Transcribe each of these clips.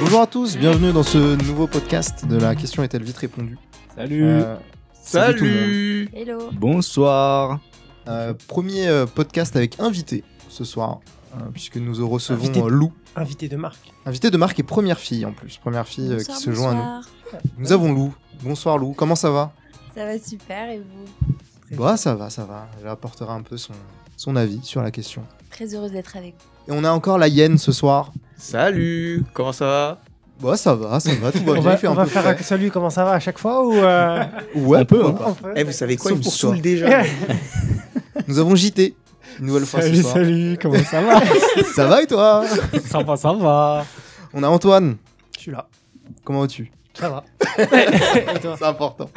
Bonjour à tous, bienvenue dans ce nouveau podcast de la question est-elle vite répondue. Salut Euh, salut tout le monde. Hello. Bonsoir Euh, premier euh, podcast avec invité ce soir, euh, puisque nous recevons Invité. euh, Lou, Invité de marque. invité de marque et première fille en plus, première fille euh, Bonsoir, qui se joint à nous. bonsoir. Nous avons Lou. Bonsoir Lou, comment ça va Ça va super et vous Très Bah ça va, ça va. Elle apportera un peu son, son avis sur la question. Très heureuse d'être avec vous. Et on a encore la hyène ce soir. Salut, comment ça va Bah ça va, ça va, tout va On bien. va, il fait on un va peu faire frais. un salut, comment ça va à chaque fois ou euh, Ouais, On peut, pourquoi hein. pas. on peut- Eh, vous savez quoi, il Sauf me toi. saoule déjà. Nous avons JT, une nouvelle fois ce Salut, soir. salut, comment ça va Ça va et toi Ça va, ça va. On a Antoine, Je suis là. comment vas-tu Ça va. Et toi C'est important.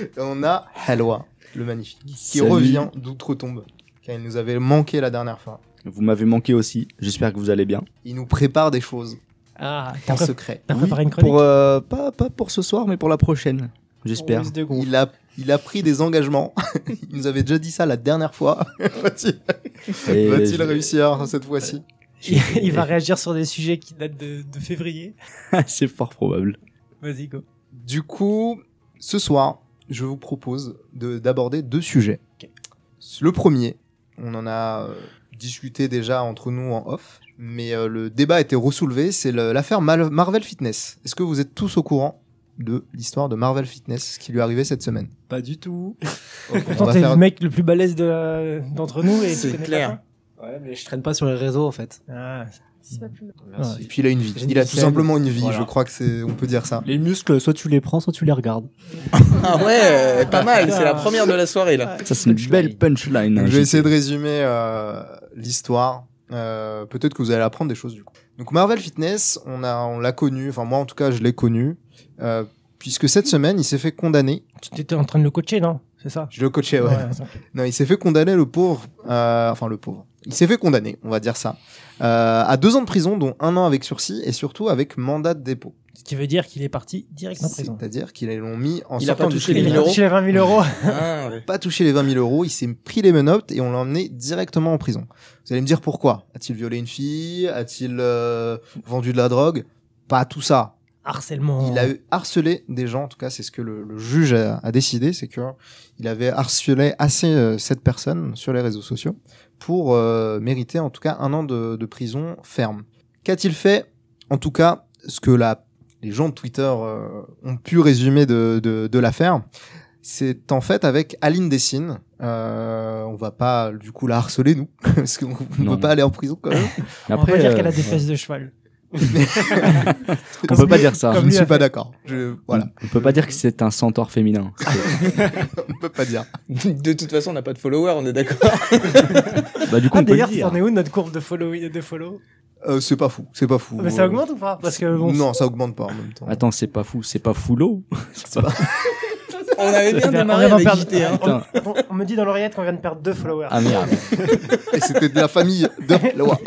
Et on a Halwa, le magnifique, qui Salut. revient d'outre-tombe, car il nous avait manqué la dernière fois. Vous m'avez manqué aussi, j'espère que vous allez bien. Il nous prépare des choses Ah, t'as en pré- secret. t'as préparé une chronique Pour, euh, pas, pas pour ce soir, mais pour la prochaine, j'espère. Russe de gros. Il a, il a pris des engagements. il nous avait déjà dit ça la dernière fois. Va-t-il Oh, Et va-t-il je- réussir cette fois-ci Il, il va réagir sur des sujets qui datent de, de février. C'est fort probable. Vas-y, go. Du coup, ce soir, je vous propose de- d'aborder deux sujets. Le premier, on en a euh, discuté déjà entre nous en off, mais euh, le débat a été ressoulevé, c'est le- l'affaire Mal- Marvel Fitness. Est-ce que vous êtes tous au courant de l'histoire de Marvel Fitness, ce qui lui est arrivé cette semaine Pas du tout. Oh, On Pourtant, va t'es faire- le mec le plus balèze de- d'entre nous. et tu C'est connais pas clair. Ouais, mais je traîne pas sur les réseaux en fait. ça Ah, C'est pas plus mal. Et puis il a une vie. Il a tout Michel. simplement une vie, Voilà. je crois que c'est, on peut dire ça. Les muscles, soit tu les prends, soit tu les regardes. Ah ouais, pas mal, c'est la première de la soirée là. Ça, Ah, c'est une belle punchline. hein, Donc, je vais j'ai- essayer de résumer euh, l'histoire. Euh, Peut-être que vous allez apprendre des choses du coup. Donc Marvel Fitness, on a, on l'a connu. Enfin moi en tout cas, je l'ai connu euh, puisque cette semaine, il s'est fait condamner. Tu t'étais en train de le coacher, non C'est ça Je le coachais, ouais. ça. Non, il s'est fait condamner le pauvre. euh, enfin le pauvre. Il s'est fait condamner, on va dire ça, euh, à deux ans de prison, dont un an avec sursis et surtout avec mandat de dépôt. Ce qui veut dire qu'il est parti direct en prison. C'est-à-dire qu'ils l'ont mis en Il a sortant pas du touché les tribunal. 1000 euros. Touché les 20 000 euros. Ah, ouais. pas touché les 20 000 euros, il s'est pris les menottes et on l'a emmené directement en prison. Vous allez me dire pourquoi A-t-il violé une fille A-t-il euh, vendu de la drogue Pas tout ça. Harcèlement. Il a eu- harcelé des gens, en tout cas, c'est ce que le, le juge a, a décidé, c'est que il avait harcelé assez euh, cette personne sur les réseaux sociaux pour euh, mériter en tout cas un an de, de prison ferme. Qu'a-t-il fait En tout cas, ce que la, les gens de Twitter euh, ont pu résumer de, de, de l'affaire, c'est en fait avec Aline Dessine. Euh, on va pas du coup la harceler nous, parce qu'on ne Non. peut pas aller en prison quand même. on peut Après, dire euh, qu'elle a des fesses de cheval. on peut pas dire ça. hein. Je Comme ne lui suis a pas fait. d'accord. Je- Voilà, On peut pas dire que c'est un centaure féminin. on peut pas dire. De toute façon, on n'a pas de followers, on est d'accord. bah, du coup, Ah, on peut le d'ailleurs, dire. on est où notre courbe de follow, de follow Ah, Euh, c'est pas fou, c'est pas fou. Mais ça Euh, augmente ou pas Parce que bon, non, ça augmente pas en même temps. Attends, c'est pas fou, c'est pas foulot. On avait bien on vient démarré d'en avec perdre- JT. Hein. Putain. on, on me dit dans l'oreillette qu'on vient de perdre deux followers. Ah merde. Et c'était de la famille de Loa.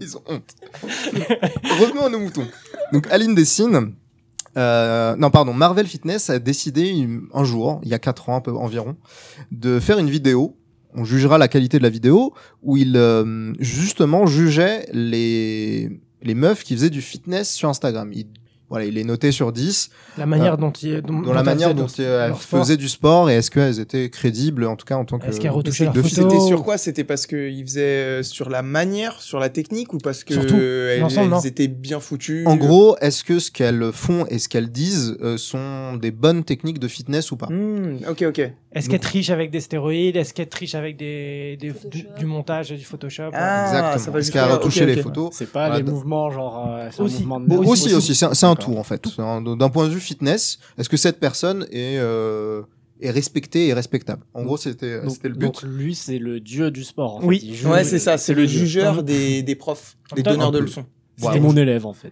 Ils ont honte. Revenons à nos moutons. Donc Aline Dessine, euh, non pardon, Marvel Fitness a décidé une- un jour, il y a 4 ans un peu environ, de faire une vidéo. On jugera la qualité de la vidéo où il euh, justement jugeait les les meufs qui faisaient du fitness sur Instagram. Il, voilà, il les notait sur 10 La manière dont il dont, dans la elles manière faisaient dont euh, leur- elles leur sport. faisaient du sport et est-ce qu'elles étaient crédibles en tout cas en tant que Est-ce qu'elles retouchaient leurs de photos C'était sur quoi C'était parce qu'ils faisaient euh, sur la manière, sur la technique ou parce que Surtout, euh, elles, l'ensemble, non. elles étaient bien foutues En gros, est-ce que ce qu'elles font et ce qu'elles disent euh, sont des bonnes techniques de fitness ou pas Hmm, ok, ok. Est-ce qu'elles trichent avec des stéroïdes Est-ce qu'elles trichent avec des, des- du, Photoshop. du montage, du Photoshop Ah, ça Exactement. va Est-ce qu'elles jusque-là. retouchent Ok, ok. les photos C'est pas Voilà, les d- mouvements genre. euh, c'est un Aussi. mouvement de Bon, nerf. aussi, aussi, c'est un, c'est un D'accord. tout en fait. C'est un- D'un point de vue fitness, est-ce que cette personne est, euh, est respectée et respectable En gros, c'était Donc, c'était le but. donc lui, c'est le dieu du sport. En fait. Oui. Il juge- Ouais, c'est ça, c'est le il juge. jugeur des, des profs, des Attends. donneurs de Un peu. leçons. C'était Ouais, mon élève en fait.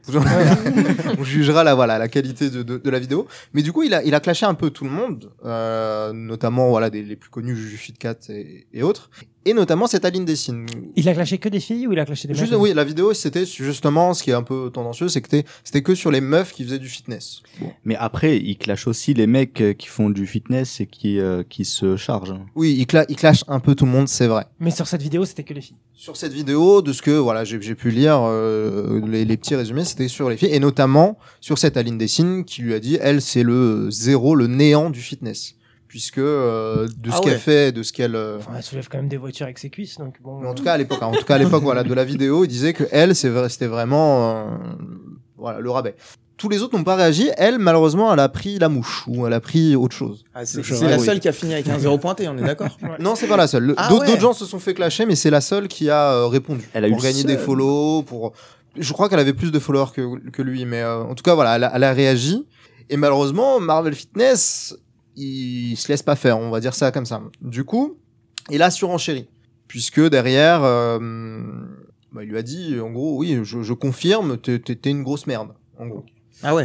on jugera la voilà la qualité de, de, de la vidéo. Mais du coup, il a il a clashé un peu tout le monde, euh, notamment voilà des, les plus connus Juju Fitcat et, et autres, et notamment cette Aline Dessine. Il a clashé que des filles ou il a clashé des Juste, mecs oui, la vidéo, c'était justement ce qui est un peu tendancieux, c'est que t'es- c'était que sur les meufs qui faisaient du fitness. Mais après, il clash aussi les mecs euh, qui font du fitness et qui, euh, qui se chargent. hein. Oui, il, cla- il clash un peu tout le monde, c'est vrai. Mais sur cette vidéo, c'était que les filles. Sur cette vidéo, de ce que voilà, j'ai j'ai pu lire, euh, euh, les, les petits résumés, c'était sur les filles, et notamment sur cette Aline Dessine qui lui a dit, elle, c'est le zéro, le néant du fitness, puisque euh, de ce Ah qu'elle ouais. fait, de ce qu'elle... euh, Enfin, elle soulève quand même des voitures avec ses cuisses, donc bon. mais en tout cas à l'époque, hein. en tout cas à l'époque voilà, de la vidéo, il disait que elle, c'est vrai- c'était vraiment euh, voilà, le rabais. Tous les autres n'ont pas réagi. Elle, malheureusement, elle a pris la mouche ou elle a pris autre chose. Ah, c'est Le c'est cheval, la oui. seule qui a fini avec un zéro pointé, on est d'accord Non, c'est pas la seule. Le- Ah D'autres ouais. d'autres gens se sont fait clasher, mais c'est la seule qui a euh, répondu. Elle a pour eu gagner seul. des follow, pour. Je crois qu'elle avait plus de followers que, que lui, mais euh, en tout cas voilà, elle a, elle a réagi. Et malheureusement, Marvel Fitness, il se laisse pas faire. On va dire ça comme ça. Du coup, il a surenchéri, puisque derrière, euh, bah, il lui a dit, en gros, oui, je, je confirme, t'es- t'es t'es une grosse merde, en gros. Ah ouais.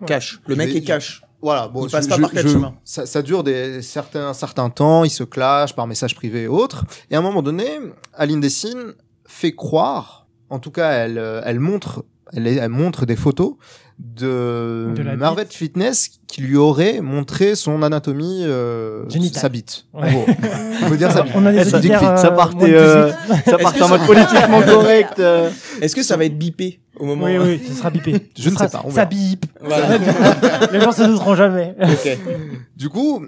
Ouais. Cash. Le mec Mais- est cash. Voilà, bon, Il passe pas par quatre chemins. Ça, ça dure des certains certains temps, ils se clashent par message privé et autres. Et à un moment donné, Aline Dessine fait croire, en tout cas, elle euh, elle montre elle, elle montre des photos de, De la Marvel Fitness qui lui aurait montré son anatomie euh, Génitale. sa bite. En Ouais. gros, on peut dire sa bite. euh, on a des Eh, Ça auditeurs, pique, ça euh, partait, moins de euh, 18. Ça part en mode politiquement correct. euh. Est-ce que ça va être bipé au moment Oui, oui, ça sera bipé. euh, Je ne Ça sais pas, on Ça verra. bip. Voilà. Les gens se douteront jamais. Ok. Du coup,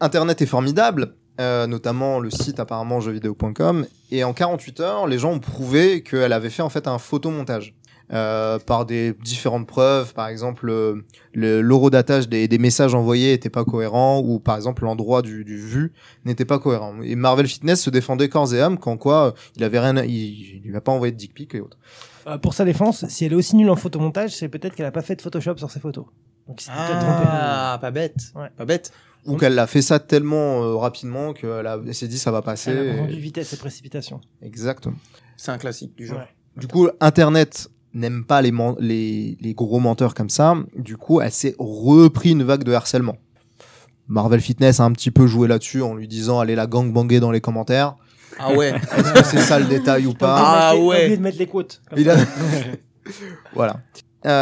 Internet est formidable, euh, notamment le site apparemment jeuxvideo.com. Et en 48 heures, les gens ont prouvé qu'elle avait fait en fait un photomontage. Euh, par des différentes preuves, par exemple euh, le- l'horodatage des, des messages envoyés était pas cohérent, ou par exemple l'endroit du, du vu n'était pas cohérent. Et Marvel Fitness se défendait corps et âme, quand quoi euh, il avait rien, à- il, il lui a pas envoyé de dick pic et autres. Euh, pour sa défense, si elle est aussi nulle en photomontage, c'est peut-être qu'elle a pas fait de Photoshop sur ses photos. Donc il s'est peut-être trompé. Ah, pas bête. Ouais. Pas bête. Ou qu'elle a fait ça tellement euh, rapidement qu'elle a- elle s'est dit ça va passer. Elle a rendu et- vitesse et précipitation. Exactement. C'est un classique du genre. Ouais. Du coup, Internet n'aime pas les, men- les, les gros menteurs comme ça. Du coup, elle s'est repris une vague de harcèlement. Marvel Fitness a un petit peu joué là-dessus en lui disant allez la gangbanger dans les commentaires. Ah ouais. Est-ce que c'est ça le détail ou T'as pas Ah oublié de mettre les- ouais. t'as oublié de mettre les quotes. comme Bah, Il ça. a- voilà.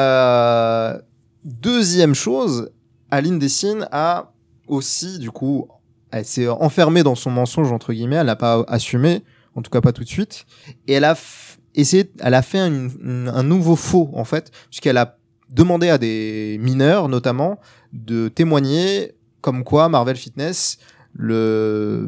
Euh, Deuxième chose, Aline Dessine a aussi, du coup, elle s'est enfermée dans son mensonge, entre guillemets, elle n'a pas assumé, en tout cas pas tout de suite, et elle a, f- essayé, elle a fait un, un nouveau faux, en fait, puisqu'elle a demandé à des mineurs, notamment, de témoigner comme quoi Marvel Fitness le,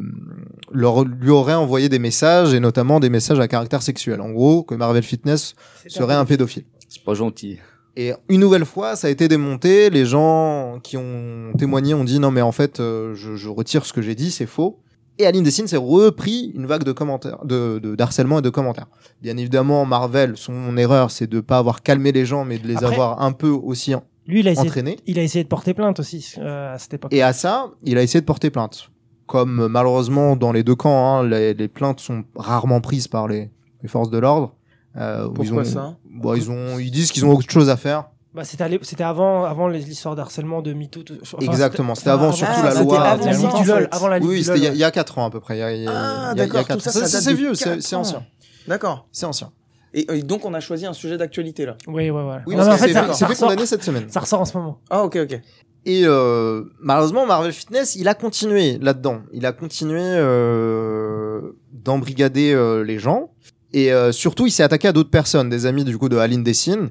leur, lui aurait envoyé des messages, et notamment des messages à caractère sexuel. En gros, que Marvel Fitness serait un pédophile. C'est pas gentil. Et une nouvelle fois, ça a été démonté. Les gens qui ont témoigné ont dit non, mais en fait, euh, je, je retire ce que j'ai dit, c'est faux. Et Aline Dessine s'est repris une vague de commentaires, de, de- d'harcèlement et de commentaires. Bien évidemment, Marvel, son erreur, c'est de pas avoir calmé les gens, mais de les Après- avoir un peu aussi en- Lui, il a essayé, entraînés. il a essayé de porter plainte aussi euh, à cette époque. Et à ça, il a essayé de porter plainte. Comme euh, malheureusement dans les deux camps, hein, les, les plaintes sont rarement prises par les, les forces de l'ordre. Euh, où ils Pourquoi ont, ça bah, ils ont, ils disent qu'ils ont autre chose à faire. Bah, c'était, à l'é- c'était avant, avant les- l'histoire d'harcèlement de MeToo. tout- enfin, Exactement, c'était avant surtout la loi. Avant la Avant, ligue en du LOL. fait. Avant la ligue Oui, du c'était il y a- LOL. il y, a 4 ans à peu près. Il y a- il y a- Ah, il y a- il y a d'accord, quatre tout ça, ans. ça date c'est de vieux, c'est quatre c'est ans. ancien. D'accord. C'est ancien. Et euh, donc, on a choisi un sujet d'actualité là. Oui, oui, voilà. Oui, parce Non, mais que en fait, c'est ça- fait, ça c'est fait ressort- condamner cette semaine. ça ressort en ce moment. Ah, ok, ok. Et euh, malheureusement, Marvel Fitness, il a continué là-dedans. Il a continué euh, d'embrigader euh, les gens. Et euh, surtout, il s'est attaqué à d'autres personnes, des amis du coup de Aline Dessine,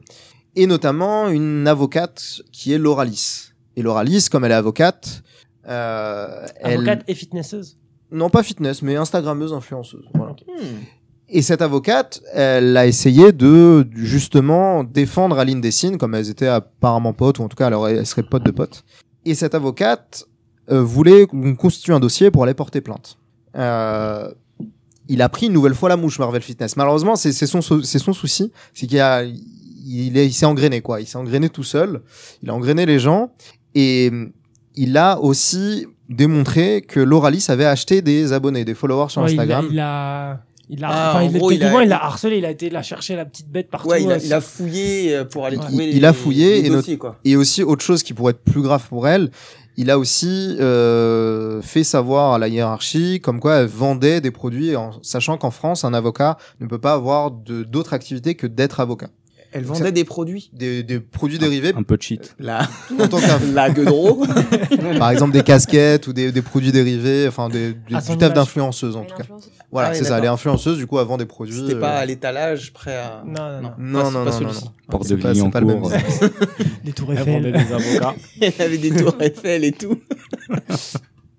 et notamment une avocate qui est Laura Lys. Et Laura Lys, comme elle est avocate, euh, Avocate et fitnesseuse. elle... non pas fitness, mais Instagrammeuse influenceuse. Voilà. Hmm. Et cette avocate, elle a essayé de justement défendre Aline Dessine, comme elles étaient apparemment potes, ou en tout cas, elle, aurait- elle serait pote de pote. Et cette avocate euh, voulait qu'on constitue un dossier pour aller porter plainte. Euh, il a pris une nouvelle fois la mouche, Marvel Fitness. Malheureusement, c'est c'est son, sou- c'est son souci, c'est qu'il a- il est- il s'est engrainé, quoi. Il s'est engrainé tout seul, il a engrainé les gens, et hum, il a aussi démontré que Lauralis avait acheté des abonnés, des followers sur Ouais, il Instagram. l'a- Il a. Il a, Ah, enfin, en il, a- gros, il a- techniquement, il l'a harcelé, il a été la chercher la petite bête partout. Ouais, il a, euh, il a fouillé euh, pour aller Ouais. trouver Il- les, il a fouillé les et notre- dossiers, quoi. Et aussi, autre chose qui pourrait être plus grave pour elle, il a aussi euh, fait savoir à la hiérarchie comme quoi elle vendait des produits, en sachant qu'en France, un avocat ne peut pas avoir de- d'autres activités que d'être avocat. Elle Donc, vendait ça- des produits. Des, des produits dérivés Un peu cheat. La, en tant qu'un- la gueudreau. par exemple des casquettes ou des, des produits dérivés, enfin des, des- À du son taf image. d'influenceuse en Mais tout cas. l'influence- Voilà, Ah oui, c'est ça. d'accord. Les influenceuses, du coup, avant des produits. C'était euh, pas à l'étalage prêt à. Mm. Non, non, non. Non, c'est non, pas non, non, celui-ci. non. Porte C'est de pas- c'est pas le même Villancourt. business. Les tours Elle vendait Eiffel. des avocats. Elle avait des tours Eiffel et tout.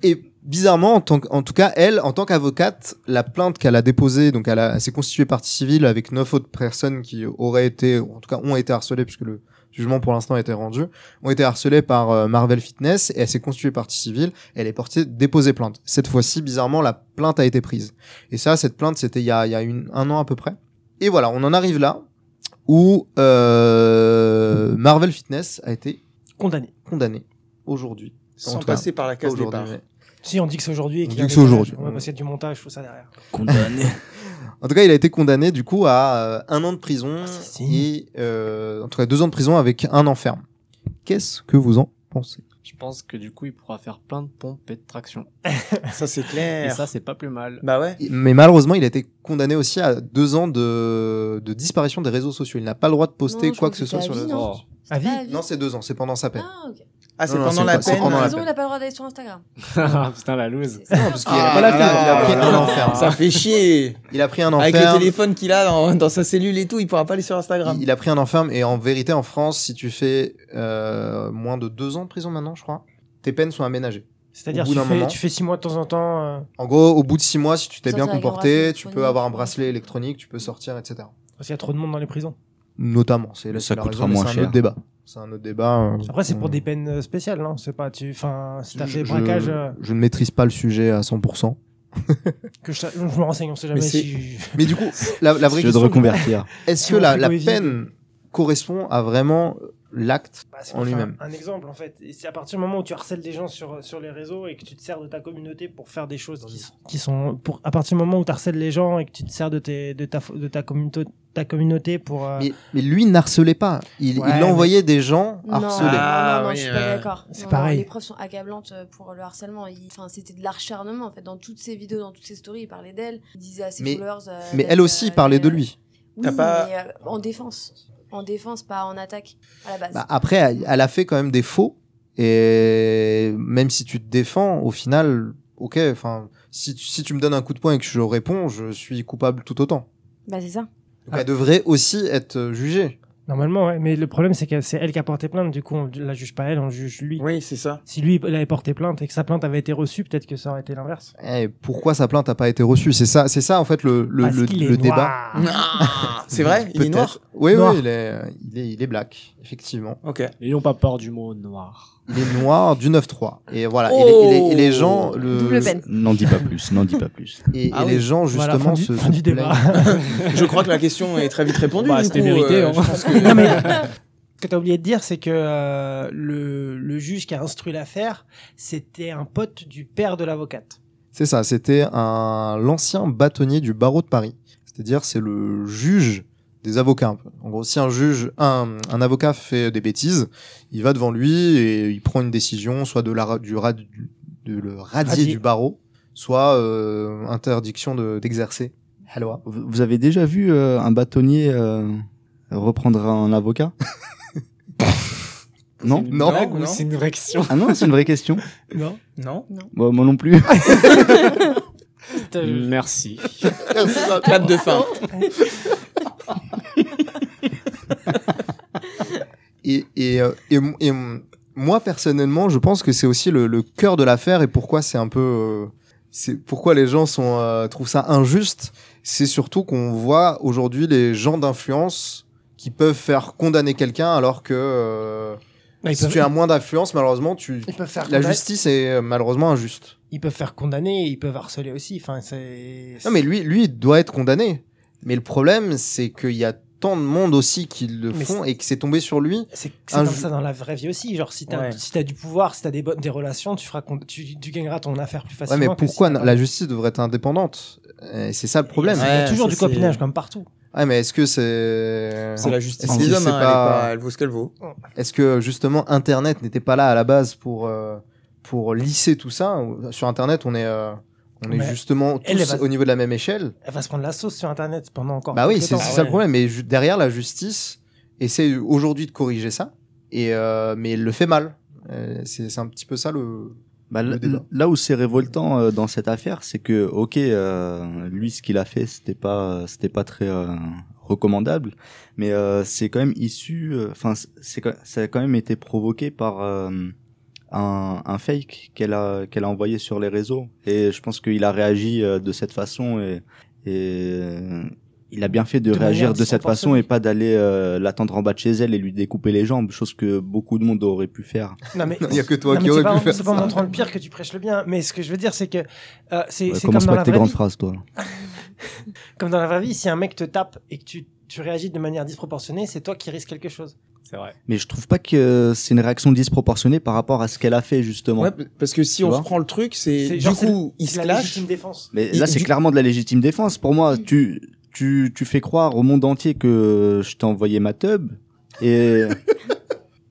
Et bizarrement, en, tant que- en tout cas, elle, en tant qu'avocate, la plainte qu'elle a déposée, donc elle, a- elle s'est constituée partie civile avec neuf autres personnes qui auraient été, ou en tout cas, ont été harcelées puisque le jugement pour l'instant a été rendu, ont été harcelées par euh, Marvel Fitness et elle s'est constituée partie civile. Elle est portée déposer plainte. Cette fois-ci, bizarrement, la plainte a été prise. Et ça, cette plainte, c'était il y a, il y a une, un an à peu près. Et voilà, on en arrive là où euh, Marvel Fitness a été Condamné. condamné aujourd'hui. Sans tout cas, passer par la case Aujourd'hui, départ. ouais. Si on dit que c'est aujourd'hui et On qu'il dit y a que un c'est décalage, aujourd'hui. Ouais, parce qu'il y a du montage, faut ça derrière. Condamné. En tout cas, il a été condamné du coup à euh, un an de prison Ah, si, si. et euh, en tout cas deux ans de prison avec un an ferme. Qu'est-ce que vous en pensez Je pense que du coup, il pourra faire plein de pompes et de traction. Ça, c'est Et clair. ça, c'est pas plus mal. Bah ouais. Mais malheureusement, il a été condamné aussi à deux ans de, de disparition des réseaux sociaux. Il n'a pas le droit de poster Non, je quoi crois que ce que soit c'était sur les à vie, réseaux non sociaux. À vie pas à Ah, vie. Non, c'est deux ans. C'est pendant sa peine. Ah, ok. Ah, c'est Non, non, pendant c'est la pas- c'est peine. pendant la Raison, il n'a pas le droit d'aller sur Instagram. Ah, Putain, la loose. C'est- c'est ça. parce qu'il Ah, a pas la là, peine. Il a pris là, un là, an là. ferme. Ça fait chier. Il a pris un an Avec le ferme. téléphone qu'il a dans, dans sa cellule et tout, il pourra pas aller sur Instagram. Il, il a pris un an ferme et en vérité, en France, si tu fais euh, moins de deux ans de prison maintenant, je crois, tes peines sont aménagées. C'est-à-dire, Au bout tu d'un moment. fais, tu fais six mois de temps en temps. euh, En gros, au bout de six mois, si tu t'es Ça, bien c'est avec un comporté, bracelet tu peux électronique. avoir un bracelet électronique, tu peux sortir, etc. Parce qu'il y a trop de monde dans les prisons. Notamment, c'est Mais la, ça c'est la coûtera raison, mais moins c'est un cher. autre débat. C'est un autre débat. euh, Après, c'est pour euh, des peines euh, spéciales, non C'est pas tu. Enfin, si t'as je- fait je- braquage, euh, Je ne maîtrise pas le sujet à 100%. que je, sa- je me renseigne, on sait jamais Mais c'est- si. Mais du coup, la, la vraie Je vais te question, reconvertir. est-ce Si que on la, fait la Covid. peine correspond à vraiment l'acte Bah, c'est en pour faire lui-même. Un, un exemple, en fait. Et c'est à partir du moment où tu harcèles des gens sur, sur les réseaux et que tu te sers de ta communauté pour faire des choses qui, sont- qui sont. Pour, à partir du moment où tu harcèles les gens et que tu te sers de, tes, de, ta, fo- de ta, communauté, ta communauté pour. euh, mais, mais lui n'harcelait pas. Il, Ouais, il mais- envoyait des gens Non, harcelés. Ah, non, non, non, oui, je suis euh, pas d'accord. c'est Non, non, pareil. Les preuves sont accablantes euh, pour le harcèlement. Il- Enfin, c'était de l'acharnement en fait. Dans toutes ses vidéos, dans toutes ses stories, il parlait d'elle. Il disait à ses Mais- followers. euh, mais d'être, elle aussi euh, parlait de euh, lui. Oui, T'as pas- mais euh, en défense. En défense, pas en attaque à la base. Bah, après, elle, elle a fait quand même des faux. Et même si tu te défends, au final, ok, enfin, si, tu- si tu me donnes un coup de poing et que je réponds, je suis coupable tout autant. Bah, c'est ça. Donc elle devrait aussi être jugée. Normalement, ouais. Mais le problème, c'est que c'est elle qui a porté plainte. Du coup, on la juge pas elle, on juge lui. Oui, c'est ça. Si lui, il avait porté plainte et que sa plainte avait été reçue, peut-être que ça aurait été l'inverse. Et Eh, pourquoi sa plainte n'a pas été reçue C'est ça, c'est ça en fait le, le, Parce le, qu'il est le débat. noir. c'est vrai Il est Peut-être. noir Oui, Noir. oui, il est, il est, il est black, effectivement. Ok. N'ayons pas peur du mot noir. Il est noir du 9-3. Et voilà. et les- et, les, et les Oh. gens, le- Double peine. N'en dis pas plus, n'en dis pas plus. et, et Ah les oui. gens Voilà, justement fin du- se, fin se du débat. plaignent. Je crois que la question est très vite répondue. Bah, du c'était coup, mérité, euh, hein. je pense que- Non, mais ce que tu as oublié de dire, c'est que euh, le, le juge qui a instruit l'affaire, c'était un pote du père de l'avocate. C'est ça, c'était un l'ancien bâtonnier du barreau de Paris. C'est-à-dire, c'est le juge des avocats. un peu. En gros, si un juge, un, un avocat fait des bêtises, il va devant lui et il prend une décision, soit de la, ra- du, ra- du- de le radier Radier. du barreau, soit euh, interdiction de- d'exercer. Halloa. Vous vous avez déjà vu euh, un bâtonnier euh, reprendre un avocat Non C'est une Non, blague ou non. c'est une réaction Ah non, c'est une vraie question. Non Non. Bon, moi non plus. Merci. hein. Clap de fin. Ah, et, et, euh, et, m- et m- moi personnellement je pense que c'est aussi le, le cœur de l'affaire et pourquoi c'est un peu euh, c'est pourquoi les gens sont euh, trouvent ça injuste c'est surtout qu'on voit aujourd'hui les gens d'influence qui peuvent faire condamner quelqu'un alors que euh, Ils si tu as moins d'influence malheureusement tu ils peuvent faire la condamner- justice est euh, malheureusement injuste Ils peuvent faire condamner, ils peuvent harceler aussi. Enfin, c'est. non mais lui lui il doit être condamné mais le problème c'est qu'il y a tant de monde aussi qui le Mais font et que c'est tombé sur lui c'est c'est un comme ju- ça dans la vraie vie aussi. Genre, si t'as Ouais. si t'as du pouvoir, si t'as des bonnes des relations, tu feras con- tu, tu gagneras ton affaire plus Ouais, facilement. mais que si pourquoi t'as n- pas- la justice devrait être indépendante Euh, C'est ça le problème. Il y Ouais, a Ouais, toujours ça, du c'est- copinage comme partout. mais est-ce que c'est C'est la justice Est-ce des que hommes, c'est hein, elle, est pas- pas- elle vaut ce qu'elle vaut. est-ce que justement Internet n'était pas là à la base pour euh, pour lisser tout ça Ou- Sur Internet, on est euh, on est Mais justement elle, elle tous va- au niveau de la même échelle. Elle va se prendre la sauce sur Internet pendant encore. Bah oui, quelques c'est temps. c'est Ah ça le ouais. problème. Mais ju- derrière la justice, essaie aujourd'hui de corriger ça, et, euh, mais elle le fait mal. Euh, C'est c'est un petit peu ça le. Bah, le l- débat. là où c'est révoltant euh, dans cette affaire, c'est que ok, euh, lui ce qu'il a fait, c'était pas, euh, c'était pas très euh, recommandable, mais euh, c'est quand même issu, euh, enfin c'est quand- ça a quand même été provoqué par euh, un, un fake qu'elle a qu'elle a envoyé sur les réseaux, et je pense qu'il a réagi euh, de cette façon et, et euh, il a bien fait de, De réagir manière de cette façon disproportionnée. et pas d'aller euh, l'attendre en bas de chez elle et lui découper les jambes, chose que beaucoup de monde aurait pu faire. Non, mais. Il n'y a que toi Non, mais qui c'est aurais pas, pu faire c'est pas en ça. montrant le pire que tu prêches le bien, mais ce que je veux dire, c'est que euh, c'est Ouais, c'est comme commence dans pas la avec tes vraie grandes vie. phrases, toi. Comme dans la vraie vie, si un mec te tape et que tu, tu réagis de manière disproportionnée, c'est toi qui risques quelque chose. C'est vrai. Mais je trouve pas que euh, c'est une réaction disproportionnée par rapport à ce qu'elle a fait justement. Ouais, parce que si Tu on vois reprend le truc, C'est c'est du genre, coup, ils C'est se la clashent. légitime défense. Mais Et là, c'est du- clairement de la légitime défense. Pour moi, tu tu tu fais croire au monde entier que je t'ai envoyé ma tub et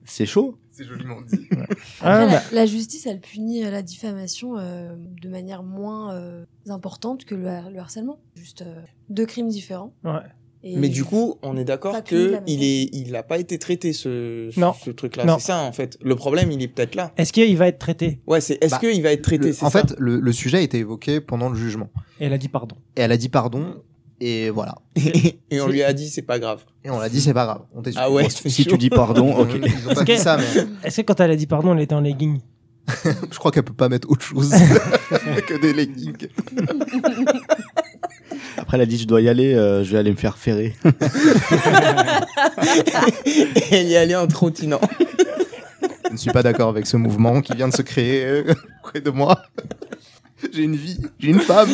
c'est chaud. C'est joliment dit. Après, Hein, la, bah, la justice, elle punit euh, la diffamation euh, de manière moins euh, importante que le, har- le harcèlement. Juste euh, deux crimes différents. ouais. Et Mais du coup, on est Pas d'accord puni de que la même il façon. est, il a pas été traité ce, ce- Non. ce truc-là. Non. C'est ça en fait. Le problème, il est peut-être là. Est-ce qu'il va être traité Ouais, c'est est-ce Bah, qu'il va être traité Le- c'est en ça fait, le, le sujet a été évoqué pendant le jugement. Et elle a dit pardon. Et elle a dit pardon, et voilà. et on lui a dit c'est pas grave. Et on l'a dit, c'est pas grave. On t'excuse. Ah ouais. Bon, c'est si chaud. tu dis pardon, ok. Ils ont pas Ok. dit ça, mais Est-ce que quand elle a dit pardon, elle était en legging je crois qu'elle peut pas mettre autre chose que des leggings. Après, elle a dit je dois y aller, euh, je vais aller me faire ferrer. Et elle y est allée en trottinant. Je ne suis pas d'accord avec ce mouvement qui vient de se créer euh, près de moi. J'ai une vie, j'ai une femme.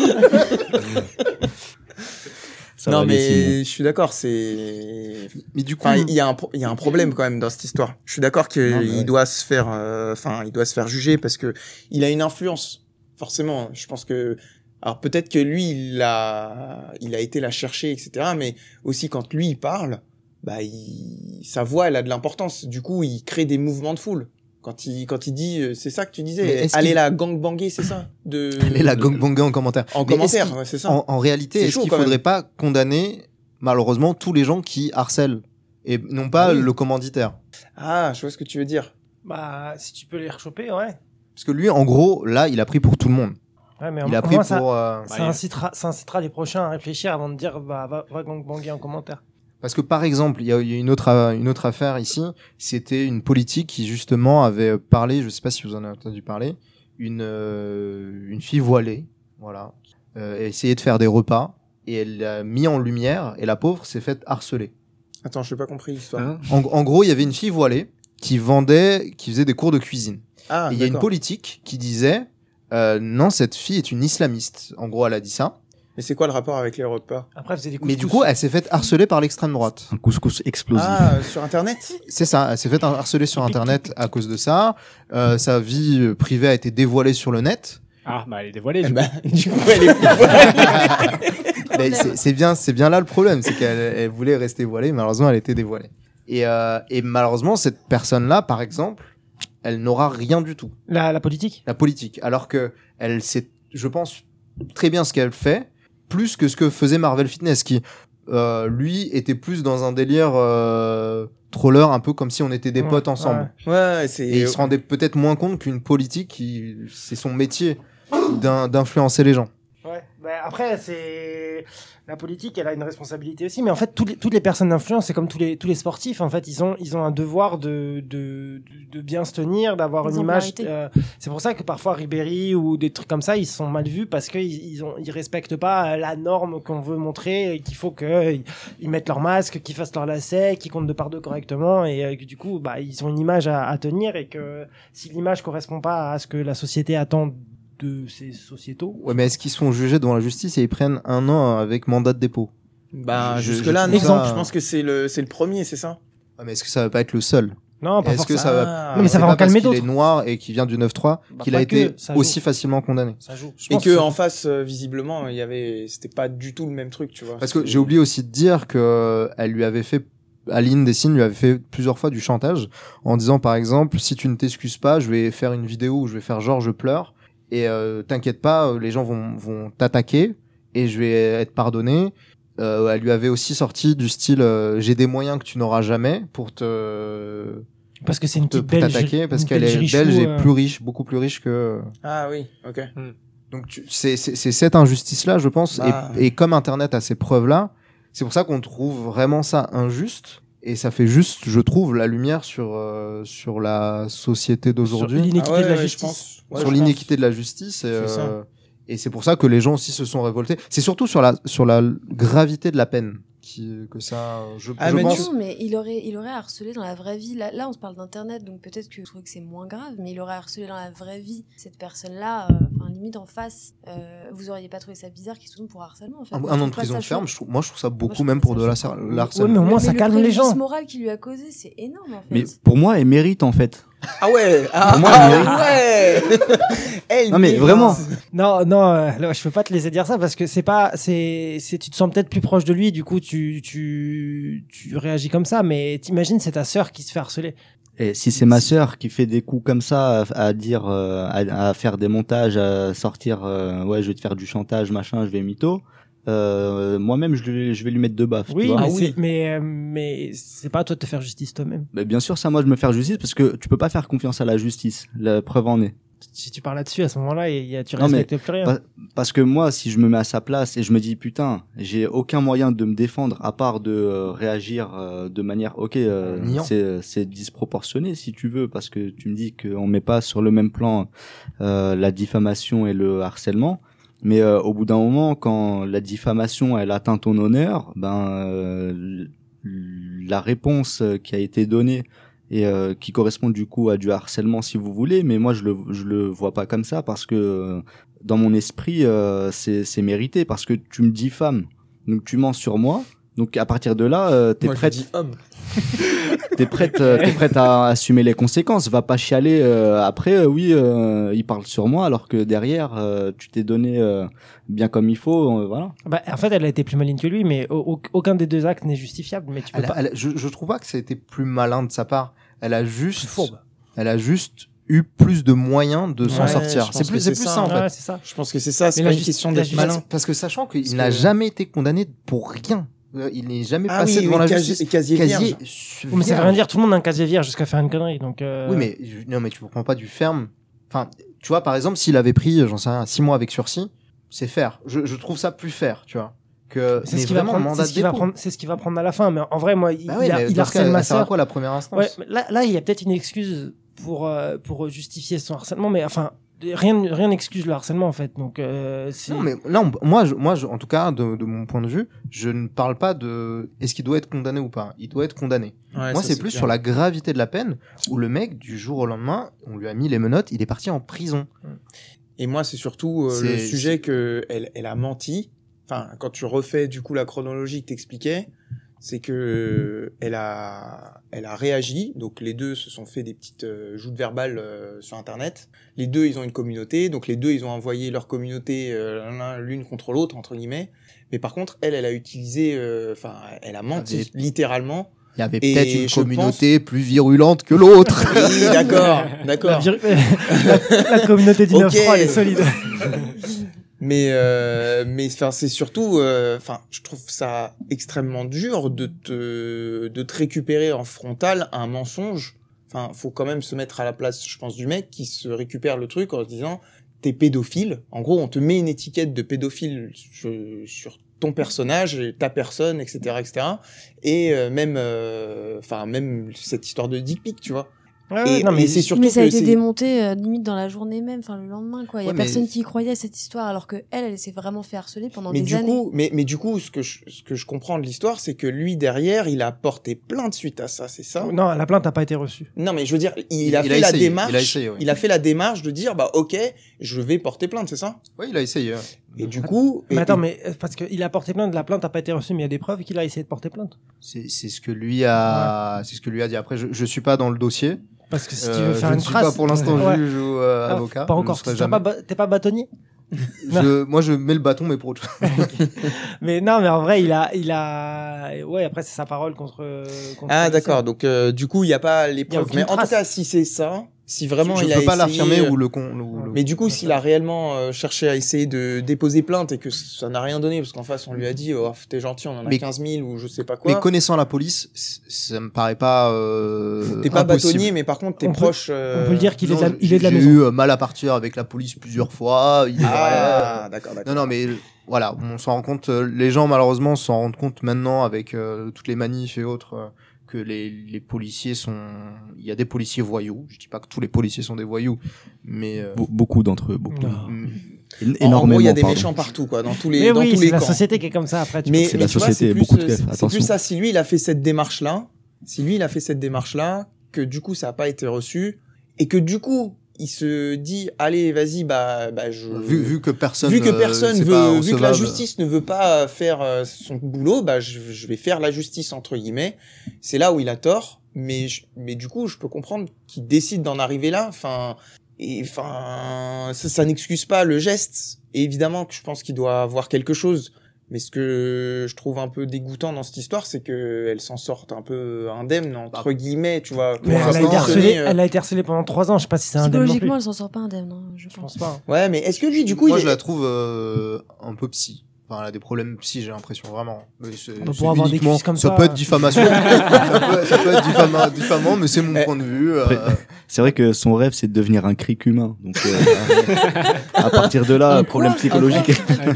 Ça Non va, Simon. mais je suis d'accord. C'est Mais du coup, Enfin, il y, a un pro- il y a un problème quand même dans cette histoire. Je suis d'accord Non, mais qu'il ouais. doit se faire, euh, enfin, il doit se faire juger parce que il a une influence. Forcément, je pense que, alors peut-être que lui, il a, il a été la chercher, etc. Mais aussi quand lui il parle, bah, il- sa voix, elle a de l'importance. Du coup, il crée des mouvements de foule. Quand il, quand il dit, euh, c'est ça que tu Mais disais, est-ce allez qu'il- la gangbanger, c'est ça, de, elle est la gangbanga en commentaire. en Mais est-ce commentaire, qu'il- ouais, c'est ça. En, en réalité, C'est est-ce chaud, qu'il quand même. faudrait pas condamner malheureusement tous les gens qui harcèlent et non pas Oui. le commanditaire Ah, je vois ce que tu veux dire. Bah, si tu peux les rechoper, ouais. Parce que lui, en gros, là, il a pris pour tout le monde. Ouais, mais au- Il a au pris moins, pour. ça, euh, ça incitera, ça incitera les prochains à réfléchir avant de dire bah, va, va gangbanger en commentaire. Parce que par exemple, il y a il y a une autre, euh, une autre affaire ici, c'était une politique qui justement avait parlé, je ne sais pas si vous en avez entendu parler, une, euh, une fille voilée, voilà, euh, a essayé de faire des repas, et elle l'a mis en lumière, et la pauvre s'est faite harceler. Attends, je n'ai pas compris l'histoire. Hein En, en gros, il y avait une fille voilée qui vendait, qui faisait des cours de cuisine. ah, Et il y a une d'accord. politique qui disait, euh, non, cette fille est une islamiste. En gros, elle a dit ça. Mais c'est quoi le rapport avec les repas? Après, faisait des coups Mais du coup, elle s'est faite harceler par l'extrême droite. un couscous explosif. Ah, euh, sur Internet C'est ça, elle s'est fait harceler sur Internet à cause de ça. Euh, sa vie euh, privée a été dévoilée sur le net. Ah, bah elle est dévoilée. Eh du ben, Du coup, elle est plus voilée. Mais c'est c'est bien, c'est bien là le problème, c'est qu'elle elle voulait rester voilée, malheureusement elle était dévoilée. Et, euh, et malheureusement cette personne-là, par exemple, elle n'aura rien du tout, La, la politique la politique, alors que elle sait, je pense, très bien ce qu'elle fait, plus que ce que faisait Marvel Fitness, qui euh, lui était plus dans un délire euh, troller, un peu comme si on était des Ouais, potes ensemble. ouais. Ouais, c'est. Et il se rendait peut-être moins compte qu'une politique, qui, c'est son métier d'in- d'influencer les gens. Ouais. Bah, après, c'est la politique, elle a une responsabilité aussi. Mais en fait, toutes les, toutes les personnes d'influence, c'est comme tous les, tous les sportifs. En fait, ils ont, ils ont un devoir de, de, de- de bien se tenir, d'avoir une image. Exemplarité. euh, c'est pour ça que parfois Ribéry ou des trucs comme ça, ils sont mal vus parce qu'ils ils ont, ils respectent pas la norme qu'on veut montrer et qu'il faut que euh, ils- ils mettent leur masque, qu'ils fassent leur lacet, qu'ils comptent deux par deux correctement et euh, que du coup, bah, ils ont une image à, à tenir et que si l'image correspond pas à ce que la société attend de ces sociétaux, Ouais, mais est-ce qu'ils sont jugés devant la justice et ils prennent un an avec mandat de dépôt Bah, Je- jusque-là, je non. trouve ça- Je pense que c'est le, c'est le premier, c'est ça Ah, Mais est-ce que ça va pas être le seul Non, pas Est-ce que forcément. ça va Ah, Non, mais ça C'est va pas en calmer parce qu'il d'autres. est noir et qui vient du 9-3 Bah, qu'il pas a été que, ça joue. aussi facilement condamné. Ça joue. Je Et pense que ça- en face, euh, visiblement, il y avait, c'était pas du tout le même truc, tu vois. Parce que j'ai oublié aussi de dire que euh, elle lui avait fait Aline Dessine lui avait fait plusieurs fois du chantage en disant par exemple si tu ne t'excuses pas je vais faire une vidéo où je vais faire genre je pleure et euh, t'inquiète pas euh, les gens vont, vont t'attaquer et je vais être pardonné euh, elle lui avait aussi sorti du style euh, j'ai des moyens que tu n'auras jamais pour te Parce que c'est une te- petite pour belge. t'attaquer parce une qu'elle est Belge belge richou, et euh, plus riche, beaucoup plus riche que Ah oui, ok. donc tu- c'est c'est- c'est cette injustice-là, je pense, et- Bah. et, comme Internet a ces preuves-là, c'est pour ça qu'on trouve vraiment ça injuste, et ça fait juste, je trouve, la lumière sur, euh, sur la société euh, Sur d'aujourd'hui, l'inéquité Ah ouais, de la ouais, justice. je pense. Ouais, sur je pense. l'iniquité de la justice, et, C'est ça. euh, et c'est pour ça que les gens aussi se sont révoltés. C'est surtout sur la, sur la gravité de la peine qui, que ça, je, Ah, je mais Non, pense. mais il aurait, il aurait harcelé dans la vraie vie. Là, là on se parle d'internet, donc peut-être que je trouve que c'est moins grave, mais il aurait harcelé dans la vraie vie cette personne-là, euh, enfin, limite en face. euh, vous auriez pas trouvé ça bizarre qu'il se tourne pour harcèlement en fait. Ah, Un, Je un an trouve de pas ça prison choquant. ferme, je trouve, moi je trouve ça beaucoup, trouve même ça pour de la choquant. Ouais, mais au l'harcèlement. moins Mais ça le calme les préjudice gens. moral qu'il lui a causé, c'est énorme en fait. Mais pour moi, elle mérite en fait. Ah ouais, ah, Pour moi, ouais. Elle Non, mais mérite. vraiment. Non, non, euh, là, je peux pas te laisser dire ça parce que c'est pas, c'est, c'est, tu te sens peut-être plus proche de lui, du coup, tu, tu, tu réagis comme ça, mais t'imagines, c'est ta sœur qui se fait harceler. Et si c'est ma sœur qui fait des coups comme ça, à, à dire, euh, à, à faire des montages, à sortir, euh, ouais, je vais te faire du chantage, machin, je vais mytho. Euh, Moi-même, je, lui- je vais lui mettre deux baffes. tu Oui, vois. mais, Ah oui. C'est, mais, euh, mais c'est pas à toi de te faire justice toi-même. Mais bien sûr, c'est à moi de me faire justice parce que tu peux pas faire confiance à la justice. La preuve en est. Si tu parles là-dessus, à ce moment-là, il y a, tu Non, mais- respectes plus rien. pas- Parce que moi, si je me mets à sa place et je me dis putain, j'ai aucun moyen de me défendre à part de euh, réagir euh, de manière ok, euh, Niant. c'est c'est disproportionné si tu veux parce que tu me dis qu'on met pas sur le même plan euh, la diffamation et le harcèlement. Mais euh, au bout d'un moment, quand la diffamation elle atteint ton honneur, ben euh, l- la réponse euh, qui a été donnée et euh, qui correspond du coup à du harcèlement si vous voulez, mais moi je le je le vois pas comme ça parce que euh, dans mon esprit, euh, c'est c'est mérité parce que tu me dis femme, donc tu mens sur moi. Donc à partir de là, euh, t'es Moi, je prête, dis homme. t'es prête, euh, t'es prête à assumer les conséquences. Va pas chialer euh, après. euh, oui, euh, il parle sur moi alors que derrière, euh, tu t'es donné euh, bien comme il faut. euh, voilà. Bah, en fait, elle a été plus maligne que lui, mais au- au- aucun des deux actes n'est justifiable. Mais tu peux Elle a- pas. elle a- je, je trouve pas que ça a été plus malin de sa part. Elle a juste, Plus fourbe. elle a juste eu plus de moyens de s'en Ouais, je sortir. pense C'est que plus, c'est c'est plus ça, ça en Ouais, fait. c'est ça. Je pense que c'est ça, c'est Mais pas la une justi- question la d'être justice- malin. Parce que sachant Parce qu'il que- n'a jamais été condamné pour rien, Euh, il n'est jamais Ah passé oui, devant oui, la casier- justice. casier Casier, vierge. Oui, mais ça veut vierge. rien dire. Tout le monde a un casier vierge jusqu'à faire une connerie. Donc, euh, Oui, mais je- non, mais tu comprends pas du ferme. Enfin, tu vois, par exemple, s'il avait pris, j'en sais rien, six mois avec sursis, c'est faire. Je, je trouve ça plus faire, tu vois. Que c'est mais ce qu'il va vraiment, prendre. mandat C'est de ce qu'il va dépôt. prendre. C'est ce qu'il va prendre à la fin. Mais en vrai, moi, il, Bah oui, il a- mais il dans ce cas, harcèle ma elle sert à sœur. quoi la première instance Ouais, mais là, là, il y a peut-être une excuse pour, euh, pour justifier son harcèlement, mais enfin, rien rien n'excuse le harcèlement en fait. Donc, euh, c'est- Non, mais là, on- moi, je, moi je- en tout cas, de, de mon point de vue, je ne parle pas de est-ce qu'il doit être condamné ou pas. Il doit être condamné. Ouais, moi, ça, c'est plus clair. sur la gravité de la peine où le mec, du jour au lendemain, on lui a mis les menottes, il est parti en prison. Et moi, c'est surtout euh, le C'est- sujet que elle, elle a menti. Enfin, quand tu refais du coup la chronologie que t'expliquais, c'est que euh, elle a, elle a réagi. Donc les deux se sont fait des petites euh, joutes verbales euh, sur Internet. Les deux, ils ont une communauté. Donc les deux, ils ont envoyé leur communauté euh, l'un- l'une contre l'autre entre guillemets. Mais par contre, elle, elle a utilisé, euh, enfin, elle a Ah, menti littéralement. Il y avait Et peut-être une je communauté plus virulente que l'autre. Oui, d'accord, la, d'accord. vir- la- la communauté du Ok. 9-3, elle est solide. Mais euh, mais enfin c'est surtout euh, enfin je trouve ça extrêmement dur de te de te récupérer en frontal un mensonge. Enfin faut quand même se mettre à la place je pense du mec qui se récupère le truc en se disant t'es pédophile. En gros on te met une étiquette de pédophile sur, sur ton personnage, et ta personne, etc., etc. Et euh, même euh, enfin même cette histoire de dick pic tu vois. Ouais, Ah ouais, Et, non, mais et c'est surtout mais ça a que été c'est- démonté euh, limite dans la journée même, enfin le lendemain quoi. Il y a Ouais, mais- personne qui y croyait à cette histoire alors que elle, elle s'est vraiment fait harceler pendant mais des du années. coup, mais, mais du coup, ce que je, ce que je comprends de l'histoire, c'est que lui derrière, il a porté plainte suite à ça, c'est ça non, la plainte n'a pas été reçue. Non, mais je veux dire, il Il- a il fait a la essayé, démarche. il a essayé, ouais. il a fait la démarche de dire, bah ok, je vais porter plainte, c'est ça oui, il a essayé. hein. ouais. Et du coup, Mais et- attends, et- mais euh, parce qu'il a porté plainte, la plainte n'a pas été reçue, mais il y a des preuves qu'il a essayé de porter plainte. C'est c'est ce que lui a, c'est ce que lui a dit. Après, je, je suis pas dans le dossier. Parce que si tu Euh, veux faire je une ne suis trace, pas pour l'instant Ouais. juge ou euh, Ah, avocat. Pas Je ne encore. serai T'es jamais. pas, ba- t'es pas bâtonnier. Je- moi, je mets le bâton, mais pour autre chose. Mais non, mais en vrai, il a, il a, ouais. Après, c'est sa parole contre. contre ah la d'accord, scène. donc euh, du coup, il n'y a pas les Il y a preuves. aucune Mais en tout trace. cas, si c'est ça, si vraiment je il peux a pas essayé, l'affirmer euh, ou le con. ou le- Mais du coup, s'il a réellement euh, cherché à essayer de déposer plainte et que ça n'a rien donné, parce qu'en face on lui a dit oh, t'es gentil, on en a Mais- 15 000 ou je sais pas quoi. Mais connaissant la police, c- ça me paraît pas. euh, T'es pas impossible. bâtonnier, mais par contre t'es On peut- proche. euh, On peut le dire qu'il est de la, Non, il est de la j'ai maison. eu euh, mal à partir avec la police plusieurs fois. il est- Ah, d'accord, Non, d'accord. non, mais euh, voilà, on s'en rend compte. euh, Les gens, malheureusement, s'en rendent compte maintenant avec euh, toutes les manifs et autres euh, que les, les policiers sont. Il y a des policiers voyous. Je dis pas que tous les policiers sont des voyous, mais. euh, Be- beaucoup d'entre eux, beaucoup. Non. m- Éno- En- En Énormément. gros, il y a des pardon. méchants partout, quoi, dans tous les, Mais dans oui, tous c'est les la camps. société qui est comme ça. Après, tu mais, C'est mais la tu vois, société, c'est plus, beaucoup de euh, keufs, c'est- c'est attention. plus ça. Si lui, il a fait cette démarche-là, si lui, il a fait cette démarche-là, que du coup, ça n'a pas été reçu, et que du coup, il se dit, allez, vas-y, bah, bah, je. vu, vu que personne. Vu que euh, personne c'est veut, pas vu que la recevable. justice ne veut pas faire euh, son boulot, bah je, je vais faire la justice entre guillemets. C'est là où il a tort, mais je- mais du coup je peux comprendre qu'il décide d'en arriver là. Enfin et enfin ça, ça n'excuse pas le geste. Et évidemment que je pense qu'il doit avoir quelque chose. Mais ce que je trouve un peu dégoûtant dans cette histoire, c'est que elle s'en sorte un peu indemne entre guillemets, tu vois. Pour Mais elle a, été l'instant, harcelée, euh, elle a été harcelée pendant 3 ans. Je sais pas si c'est un démon non plus. Psychologiquement, elle s'en sort pas indemne, hein, je Je pense. pense pas. hein. Ouais, mais est-ce que lui du coup Moi, il je est- la trouve euh, un peu psy. Enfin, elle a des problèmes psy, j'ai l'impression, vraiment. Mais c'est- Bah, pour c'est avoir des uniquement- cuisses comme ça, peut euh. être diffamation. ça, peut, ça peut être diffama- diffamant, mais c'est mon Eh. point de vue. euh, Après- C'est vrai que son rêve, c'est de devenir un cric humain. Donc, euh, à partir de là, problème psychologique. Elle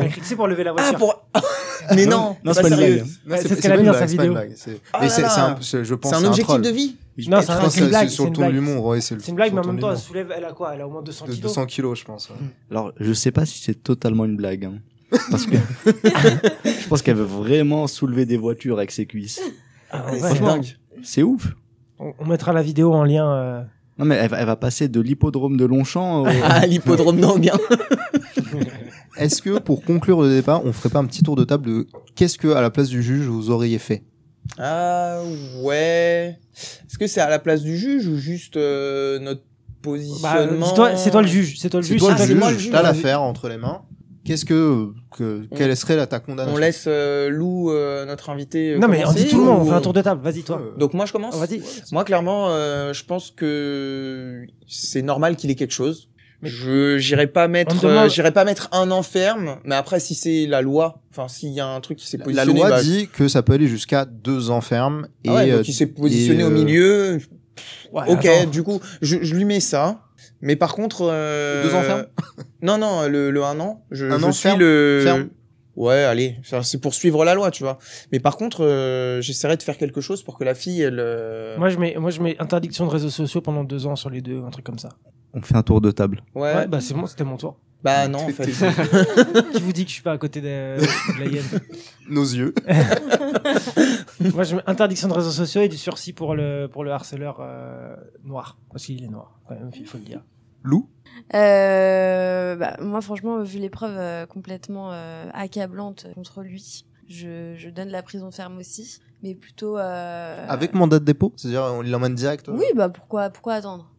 a critiqué pour lever la ah voiture. pour mais non, Non, c'est pas une blague. hein. sérieux. non, c'est ce pas- qu'elle a pas mis une dans sa blague, c'est pas une vidéo. blague, c'est- Ah mais là c'est- là. c'est un- c'est- je pense C'est un c'est objectif troll. de vie. Non, c'est Je un- pense c'est une que c'est blague, sur c'est le une ton de blague. l'humour, ouais, c'est le- C'est une blague, sur le mais en ton même de temps, elle l'humour. soulève, elle a quoi Elle a au moins 200 De kilos. 200 kilos, je pense. ouais. Alors, je sais pas si c'est totalement une blague. hein. Parce que je pense qu'elle veut vraiment soulever des voitures avec ses cuisses. Ah ouais, C'est franchement, dingue. C'est ouf. On, on mettra la vidéo en lien. euh. Non, mais elle, va- elle va passer de l'hippodrome de Longchamp au... Ah, l'hippodrome d'Anguin. Est-ce que, pour conclure le débat, on ferait pas un petit tour de table de qu'est-ce que, à la place du juge, vous auriez fait Ah, ouais. Est-ce que c'est à la place du juge ou juste euh, notre Bah, euh, positionnement dis-toi, c'est toi le juge. C'est toi le C'est juge. toi ah, c'est moi le le juge, juge, t'as ouais. l'affaire entre les mains. Qu'est-ce que, que- quelle serait la ta condamnation On laisse euh, Lou, euh, notre invité. euh, Non, mais on commencer dit tout le monde. On ou- fait un tour de table. Vas-y, toi. Euh, Donc moi, je commence Vas-y. Moi, clairement, euh, je pense que c'est normal qu'il ait quelque chose. Mais- Je j'irai pas mettre On me demande- euh, j'irai pas mettre un an ferme, mais après si c'est la loi, enfin s'il y a un truc qui s'est La- positionné, la loi bah, dit que ça peut aller jusqu'à deux ans ferme et ah ouais, euh, donc il s'est positionné et, au euh, milieu, Ouais, Ok, Bah, attends. du coup, je, je lui mets ça. Mais par contre. euh, Deux ans ferme Non, non, le, le un an. Je, Un je an suis ferme le. Ferme Ouais, allez, ça, c'est pour suivre la loi, tu vois. Mais par contre, euh, j'essaierai de faire quelque chose pour que la fille, elle. euh, Moi je, mets, moi, je mets interdiction de réseaux sociaux pendant deux ans sur les deux, un truc comme ça. On fait un tour de table. Ouais, Ouais, bah... bah c'est bon, c'était mon tour. non, en fait. Qui vous dit que je suis pas à côté de, de la hyène nos yeux. Moi, je mets interdiction de réseaux sociaux et du sursis pour le, pour le harceleur euh, noir. Parce qu'il est noir, quand même, il faut le dire. Lou Euh, bah, moi, franchement, vu les preuves euh, complètement euh, accablantes contre lui, je, je donne la prison ferme aussi, mais plutôt. euh, Avec mandat de dépôt C'est-à-dire, on l'emmène direct euh, Oui, bah pourquoi, pourquoi attendre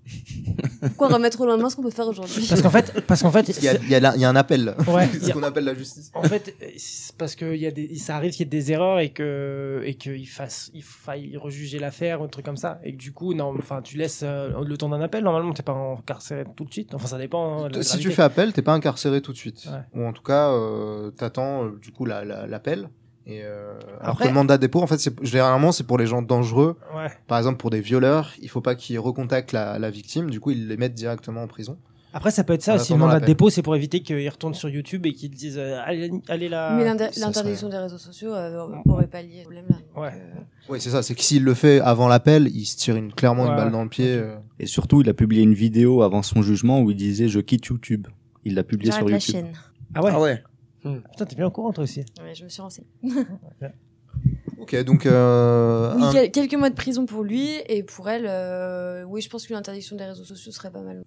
Pourquoi remettre au lendemain ce qu'on peut faire aujourd'hui Parce qu'en fait, parce qu'en fait, Il y, a- il y a la- il y a un appel. c'est- ouais, il C'est y ce a- qu'on appelle la justice. en fait, c'est parce que il y a des, ça arrive qu'il y ait des erreurs et que et qu'il fasse, il faille rejuger l'affaire ou un truc comme ça. Et que du coup, non, enfin, tu laisses euh, le temps d'un appel. Normalement, t'es pas incarcéré tout de suite. Enfin, ça dépend. hein, de la si tu gravité. fais appel, t'es pas incarcéré tout de suite. Ouais. Ou en tout cas, euh, t'attends euh, du coup la- la- l'appel. et euh, alors Après- que le mandat de dépôt, en fait, c'est- généralement, c'est pour les gens dangereux. Ouais. Par exemple, pour des violeurs, il faut pas qu'ils recontactent la, la victime. Du coup, ils les mettent directement en prison. Après, ça peut être En ça. Si le attendant mandat de l'appel. dépôt, c'est pour éviter qu'ils retournent sur YouTube et qu'ils disent euh, allez, allez là. Mais l'inter- ça l'interdiction des réseaux sociaux euh, aurait pas lié ce problème-là. donc, Ouais. euh, Oui, c'est ça. C'est que s'il le fait avant l'appel, il se tire une, clairement Ouais. une balle dans le pied. euh. Et surtout, il a publié une vidéo avant son jugement où il disait Je quitte YouTube. Il l'a publié J'arrête sur la YouTube. chaîne. Ah ouais. Ah ouais. Putain, t'es bien au courant toi aussi. Ouais, je me suis renseignée. Ok, donc euh, Oui, un- quel- quelques mois de prison pour lui et pour elle. euh, oui, je pense que l'interdiction des réseaux sociaux serait pas mal.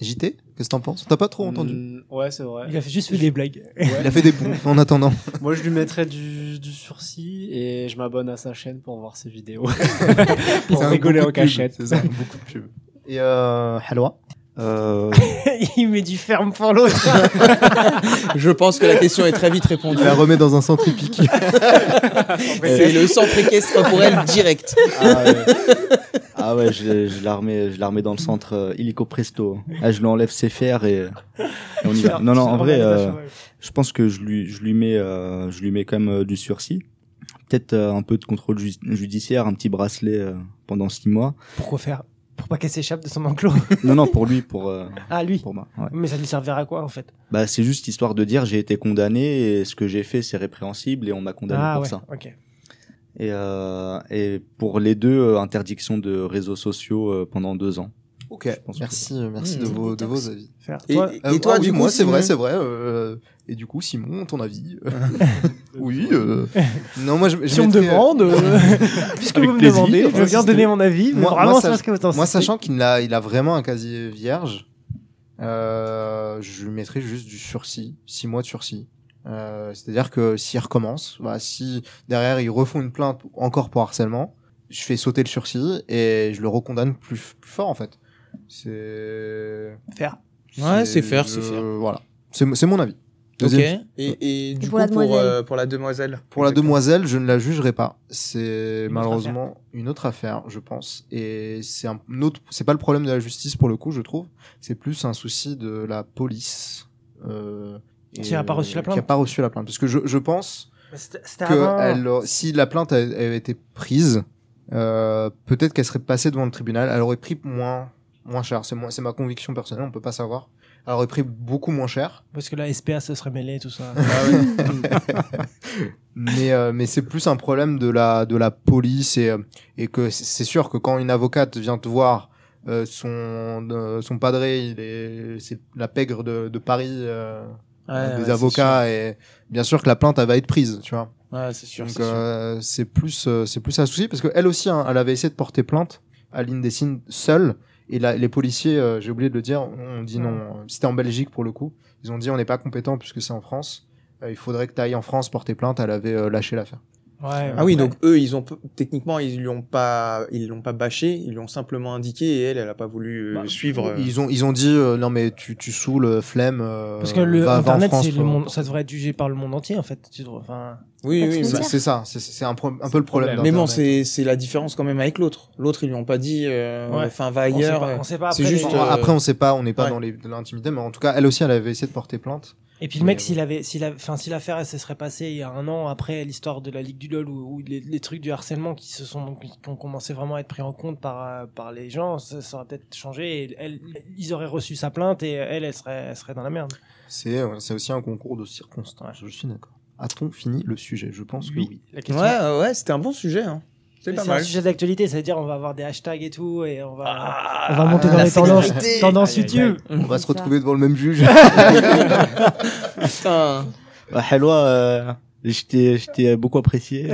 JT, qu'est-ce que t'en penses T'as pas trop entendu Mm, ouais, c'est vrai. Il a fait juste fait des blagues. Il a fait des bons en attendant. Moi, je lui mettrais du, du sursis et je m'abonne à sa chaîne pour voir ses vidéos. pour C'est un rigoler beaucoup en de pubs, cachette. C'est ça, beaucoup de pubs. Et euh, Halwa Euh, il met du ferme pour l'autre. Je pense que la question est très vite répondue. Tu la remets dans un centre épique. C'est le centre équestre pour elle direct. Ah, ouais. Ah ouais, je, je la remets, je la remets dans le centre euh, illico presto. Ah, je lui enlève ses fers et, et on y va. Non, non, en vrai, euh, je pense que je lui, je lui mets, euh, je lui mets quand même euh, du sursis. Peut-être euh, un peu de contrôle ju- judiciaire, un petit bracelet euh, pendant six mois. Pourquoi faire Pour pas qu'elle s'échappe de son enclos. Non, non, pour lui, pour, euh, ah, lui. pour moi. ouais. Mais ça lui servira à quoi en fait Bah, c'est juste histoire de dire j'ai été condamné et ce que j'ai fait c'est répréhensible et on m'a condamné Ah pour ouais, ça. ok. Et, euh, et pour les deux, euh, interdiction de réseaux sociaux euh, pendant deux ans. Ok, pense merci, merci Mmh. de, vos, de Détox. vos avis. Faire. Et, Toi, et toi, du coup, ah Euh, moi, c'est Simon- vrai, c'est vrai. euh, et du coup, Simon, ton avis Oui. euh, non, moi, je, je si on me mettrais, euh, demande, euh, puisque Avec vous me plaisir. demandez, je veux Moi, bien c'était- donner mon avis. mais moi- vraiment, moi, c'est ça- parce que attends, Moi, c'est- sachant qu'il a, il a vraiment un casier vierge, euh, je lui mettrais juste du sursis, six mois de sursis. Euh, C'est-à-dire que s'il recommence, bah, si derrière ils refont une plainte encore pour harcèlement, je fais sauter le sursis et je le recondamne plus, plus fort en fait. C'est. Faire. Ouais, c'est faire, c'est je- faire. Voilà. C'est mon- c'est mon avis. Ok. Deuxième Et, et du pour coup, la pour, demoiselle. euh, pour la demoiselle. Pour la Exactement. demoiselle, je ne la jugerai pas. C'est autre malheureusement une autre affaire, je pense. Et c'est un autre, c'est pas le problème de la justice pour le coup, je trouve. C'est plus un souci de la police. euh, Qui a et- pas reçu la plainte. Qui a pas reçu la plainte, parce que je, je pense C'était c'était que avant. elle, euh, si la plainte avait avait été prise, euh, peut-être qu'elle serait passée devant le tribunal. Elle aurait pris moins moins cher. C'est moi- c'est ma conviction personnelle. On peut pas savoir. Elle aurait pris beaucoup moins cher. Parce que la SPA se serait mêlée, tout ça. mais euh, mais c'est plus un problème de la de la police et euh, et que c- c'est sûr que quand une avocate vient te voir euh, son euh, son padré il est c'est la pègre de, de Paris euh, Ouais, ouais, des c'est avocats et bien sûr que la plainte elle va être prise tu vois sûr. Ouais, c'est sûr. donc c'est sûr. euh, c'est plus euh, c'est plus un souci parce que elle aussi hein, elle avait essayé de porter plainte à l'Indecine seule et là, les policiers euh, j'ai oublié de le dire ont dit non c'était en Belgique pour le coup ils ont dit on n'est pas compétent puisque c'est en France Euh, il faudrait que tu ailles en France porter plainte elle avait euh, lâché l'affaire Ouais, Ah oui, ouais. donc eux, ils ont techniquement, ils lui ont pas, ils l'ont pas bâché, ils lui ont simplement indiqué et elle, elle a pas voulu euh, Bah, suivre. euh, Ils ont, ils ont dit euh, non mais tu, tu saoules, euh, flemme. euh, Parce que le va- va en internet, France euh, c'est pour- le Bah, monde, ça devrait être jugé par le monde entier en fait. Tu dois- enfin, Oui, Parce oui, que mais, C'est c'est ça, c'est- c'est un, pro- un peu le problème. mais bon, d'Internet. c'est c'est la différence quand même avec l'autre. L'autre, ils lui ont pas dit, euh, Ouais. enfin va on sait ailleurs. pas- on sait pas. c'est après, juste, mais- Bon, euh, Après on sait pas, on n'est pas ouais. dans les- dans l'intimité, mais en tout cas elle aussi elle avait essayé de porter plainte. Et puis le mec, Mais s'il avait, s'il avait, enfin, si l'affaire elle se serait passée il y a un an après l'histoire de la Ligue du LOL ou, ou les, les trucs du harcèlement qui se sont, qui ont commencé vraiment à être pris en compte par, euh, par les gens, ça, ça aurait peut-être changé. Et elle, ils auraient reçu sa plainte et euh, elle, elle serait, elle serait dans la merde. C'est euh, c'est aussi un concours de circonstances. Je suis d'accord. A-t-on fini le sujet Je pense que oui. La Ouais, question. ouais, euh, ouais, c'était un bon sujet. Hein. C'est Mais pas C'est un mal. sujet d'actualité, ça veut dire on va avoir des hashtags et tout et on va, Ah, on va monter dans la les tendances, célébrité. tendances Aïe, aïe, aïe. YouTube. On va se Ça. retrouver devant le même juge. Putain. Bah, hello, euh, je t'ai je t'ai beaucoup apprécié.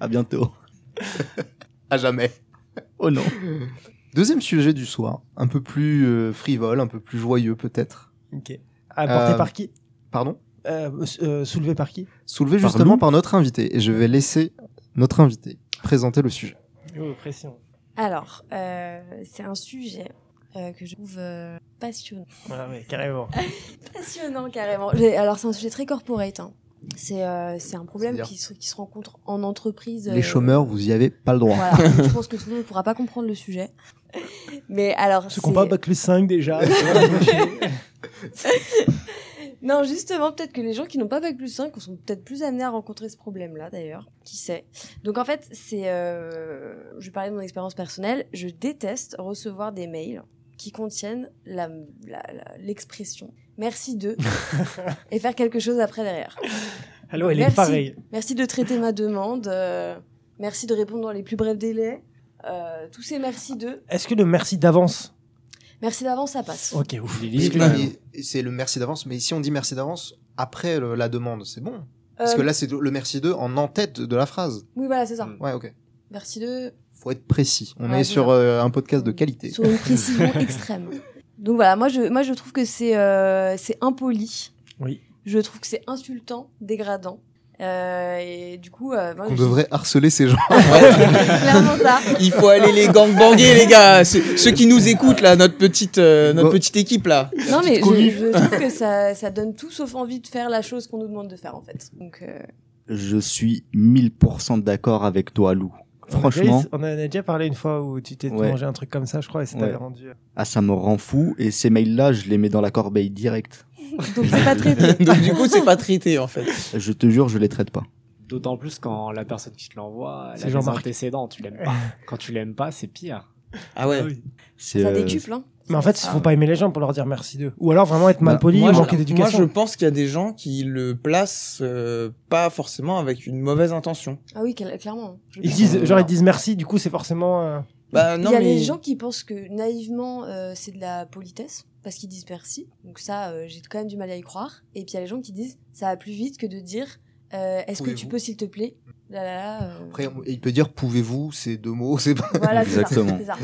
à bientôt. à jamais. Oh non. Deuxième sujet du soir, un peu plus euh, frivole, un peu plus joyeux peut-être. Ok. Apporté Euh, par qui Pardon Euh, euh, Soulevé par qui Soulevé Par justement Lou par notre invité. Et je vais laisser notre invité présenter le sujet. Oh, pression. Alors, euh, c'est un sujet euh, que je trouve euh, passionnant. Ah ouais, carrément. Passionnant, carrément. J'ai- Alors, c'est un sujet très corporate. hein. C'est euh, c'est un problème C'est-à-dire qui se, qui se rencontre en entreprise. euh, Les chômeurs, vous y avez pas le droit. Voilà, je pense que tout le monde ne pourra pas comprendre le sujet. Mais alors. Ce c'est- qu'on bat bac plus 5 déjà. Non, justement, peut-être que les gens qui n'ont pas Bac plus 5 sont peut-être plus amenés à rencontrer ce problème-là, d'ailleurs. Qui sait Donc, en fait, c'est. euh, Je vais parler de mon expérience personnelle. Je déteste recevoir des mails qui contiennent la- la- la- l'expression merci de et faire quelque chose après derrière. Allô, elle est Merci. pareille. Merci de traiter ma demande. euh, merci de répondre dans les plus brefs délais. Euh, tous ces merci de. Est-ce que le merci d'avance Merci d'avance, ça passe. Ok, ouf. Mais- Parce que- mais C'est le merci d'avance, mais si on dit merci d'avance après le- la demande, c'est bon. Parce Euh, que là, Hmm. c'est le merci d'eux en en-tête de la phrase. Oui, voilà, c'est ça. Mm. Ouais, ok. Merci de. Faut être précis. On Ouais, est c'est sur ça. euh, un podcast de qualité. Sur une précision extrême. Donc voilà, moi je, moi je trouve que c'est euh, c'est impoli. Oui. Je trouve que c'est insultant, dégradant. Euh, et du coup, euh, moi, Qu'on je- devrait harceler ces gens. clairement ça. Il faut aller les gangbanger, les gars. Ceux ceux qui nous écoutent là, notre petite, euh, notre Bon. petite équipe là. Non mais je, commu. je trouve que ça, ça donne tout sauf envie de faire la chose qu'on nous demande de faire en fait. Donc euh, Je suis 1000% d'accord avec toi, Lou. Franchement. On en a déjà parlé une fois où tu t'es Ouais. mangé un truc comme ça, je crois, et ça Ouais. t'avait rendu. Ah, ça me rend fou. Et ces mails-là, je les mets dans la corbeille direct. Donc c'est pas traité. Donc du coup, c'est pas traité en fait. Je te jure, je les traite pas. D'autant plus quand la personne qui te l'envoie, elle C'est a des Jean-Marc. antécédents, tu l'aimes pas. Quand tu l'aimes pas, c'est pire. Ah ouais. C'est, Ça euh, décuple, hein. Mais en fait, il faut Ah. pas aimer les gens pour leur dire merci d'eux. Ou alors vraiment être mal Bah, poli, Moi, manquer je- d'éducation. Moi, je pense qu'il y a des gens qui le placent euh, pas forcément avec une mauvaise intention. Ah oui, quel- clairement. Je le Ils pense. disent, Euh, genre, ils non. disent merci, du coup, c'est forcément. euh, Bah Il non, y a mais les gens qui pensent que naïvement euh, c'est de la politesse parce qu'ils disent merci. Donc ça, euh, j'ai quand même du mal à y croire. Et puis il y a les gens qui disent ça va plus vite que de dire euh, est-ce que tu Pouvez-vous peux s'il te plaît Là, là, là, euh, Après, on- il peut dire pouvez-vous, ces deux mots, c'est pas. Voilà, c'est ça, Exactement. c'est ça.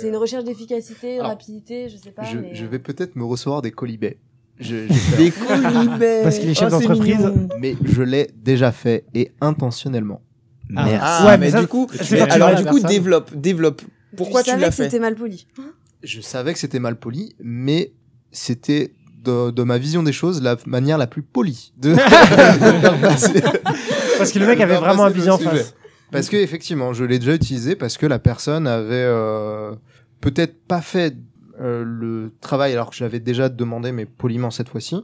C'est une recherche d'efficacité, de Alors, rapidité, je sais pas. Je, mais, je euh, vais peut-être me recevoir des colibets. Je- j'ai peur. des colibets. Parce qu'il est chef c'est d'entreprise. mignon. mais je l'ai déjà fait et intentionnellement. Ah. Merde. Ah Ouais, mais mais, ça- du coup, Et tu C'est l'as quand tu tué à alors la du coup, personne. développe, développe. Pourquoi je tu savais l'as que fait C'était mal poli. Je savais que c'était mal poli, mais c'était de, de ma vision des choses la manière la plus polie de, de faire passer- Parce que le mec On avait va vraiment passer abusé le en sujet. face. Parce que effectivement, je l'ai déjà utilisé parce que la personne avait euh, peut-être pas fait euh, le travail alors que je l'avais déjà demandé, mais poliment cette fois-ci,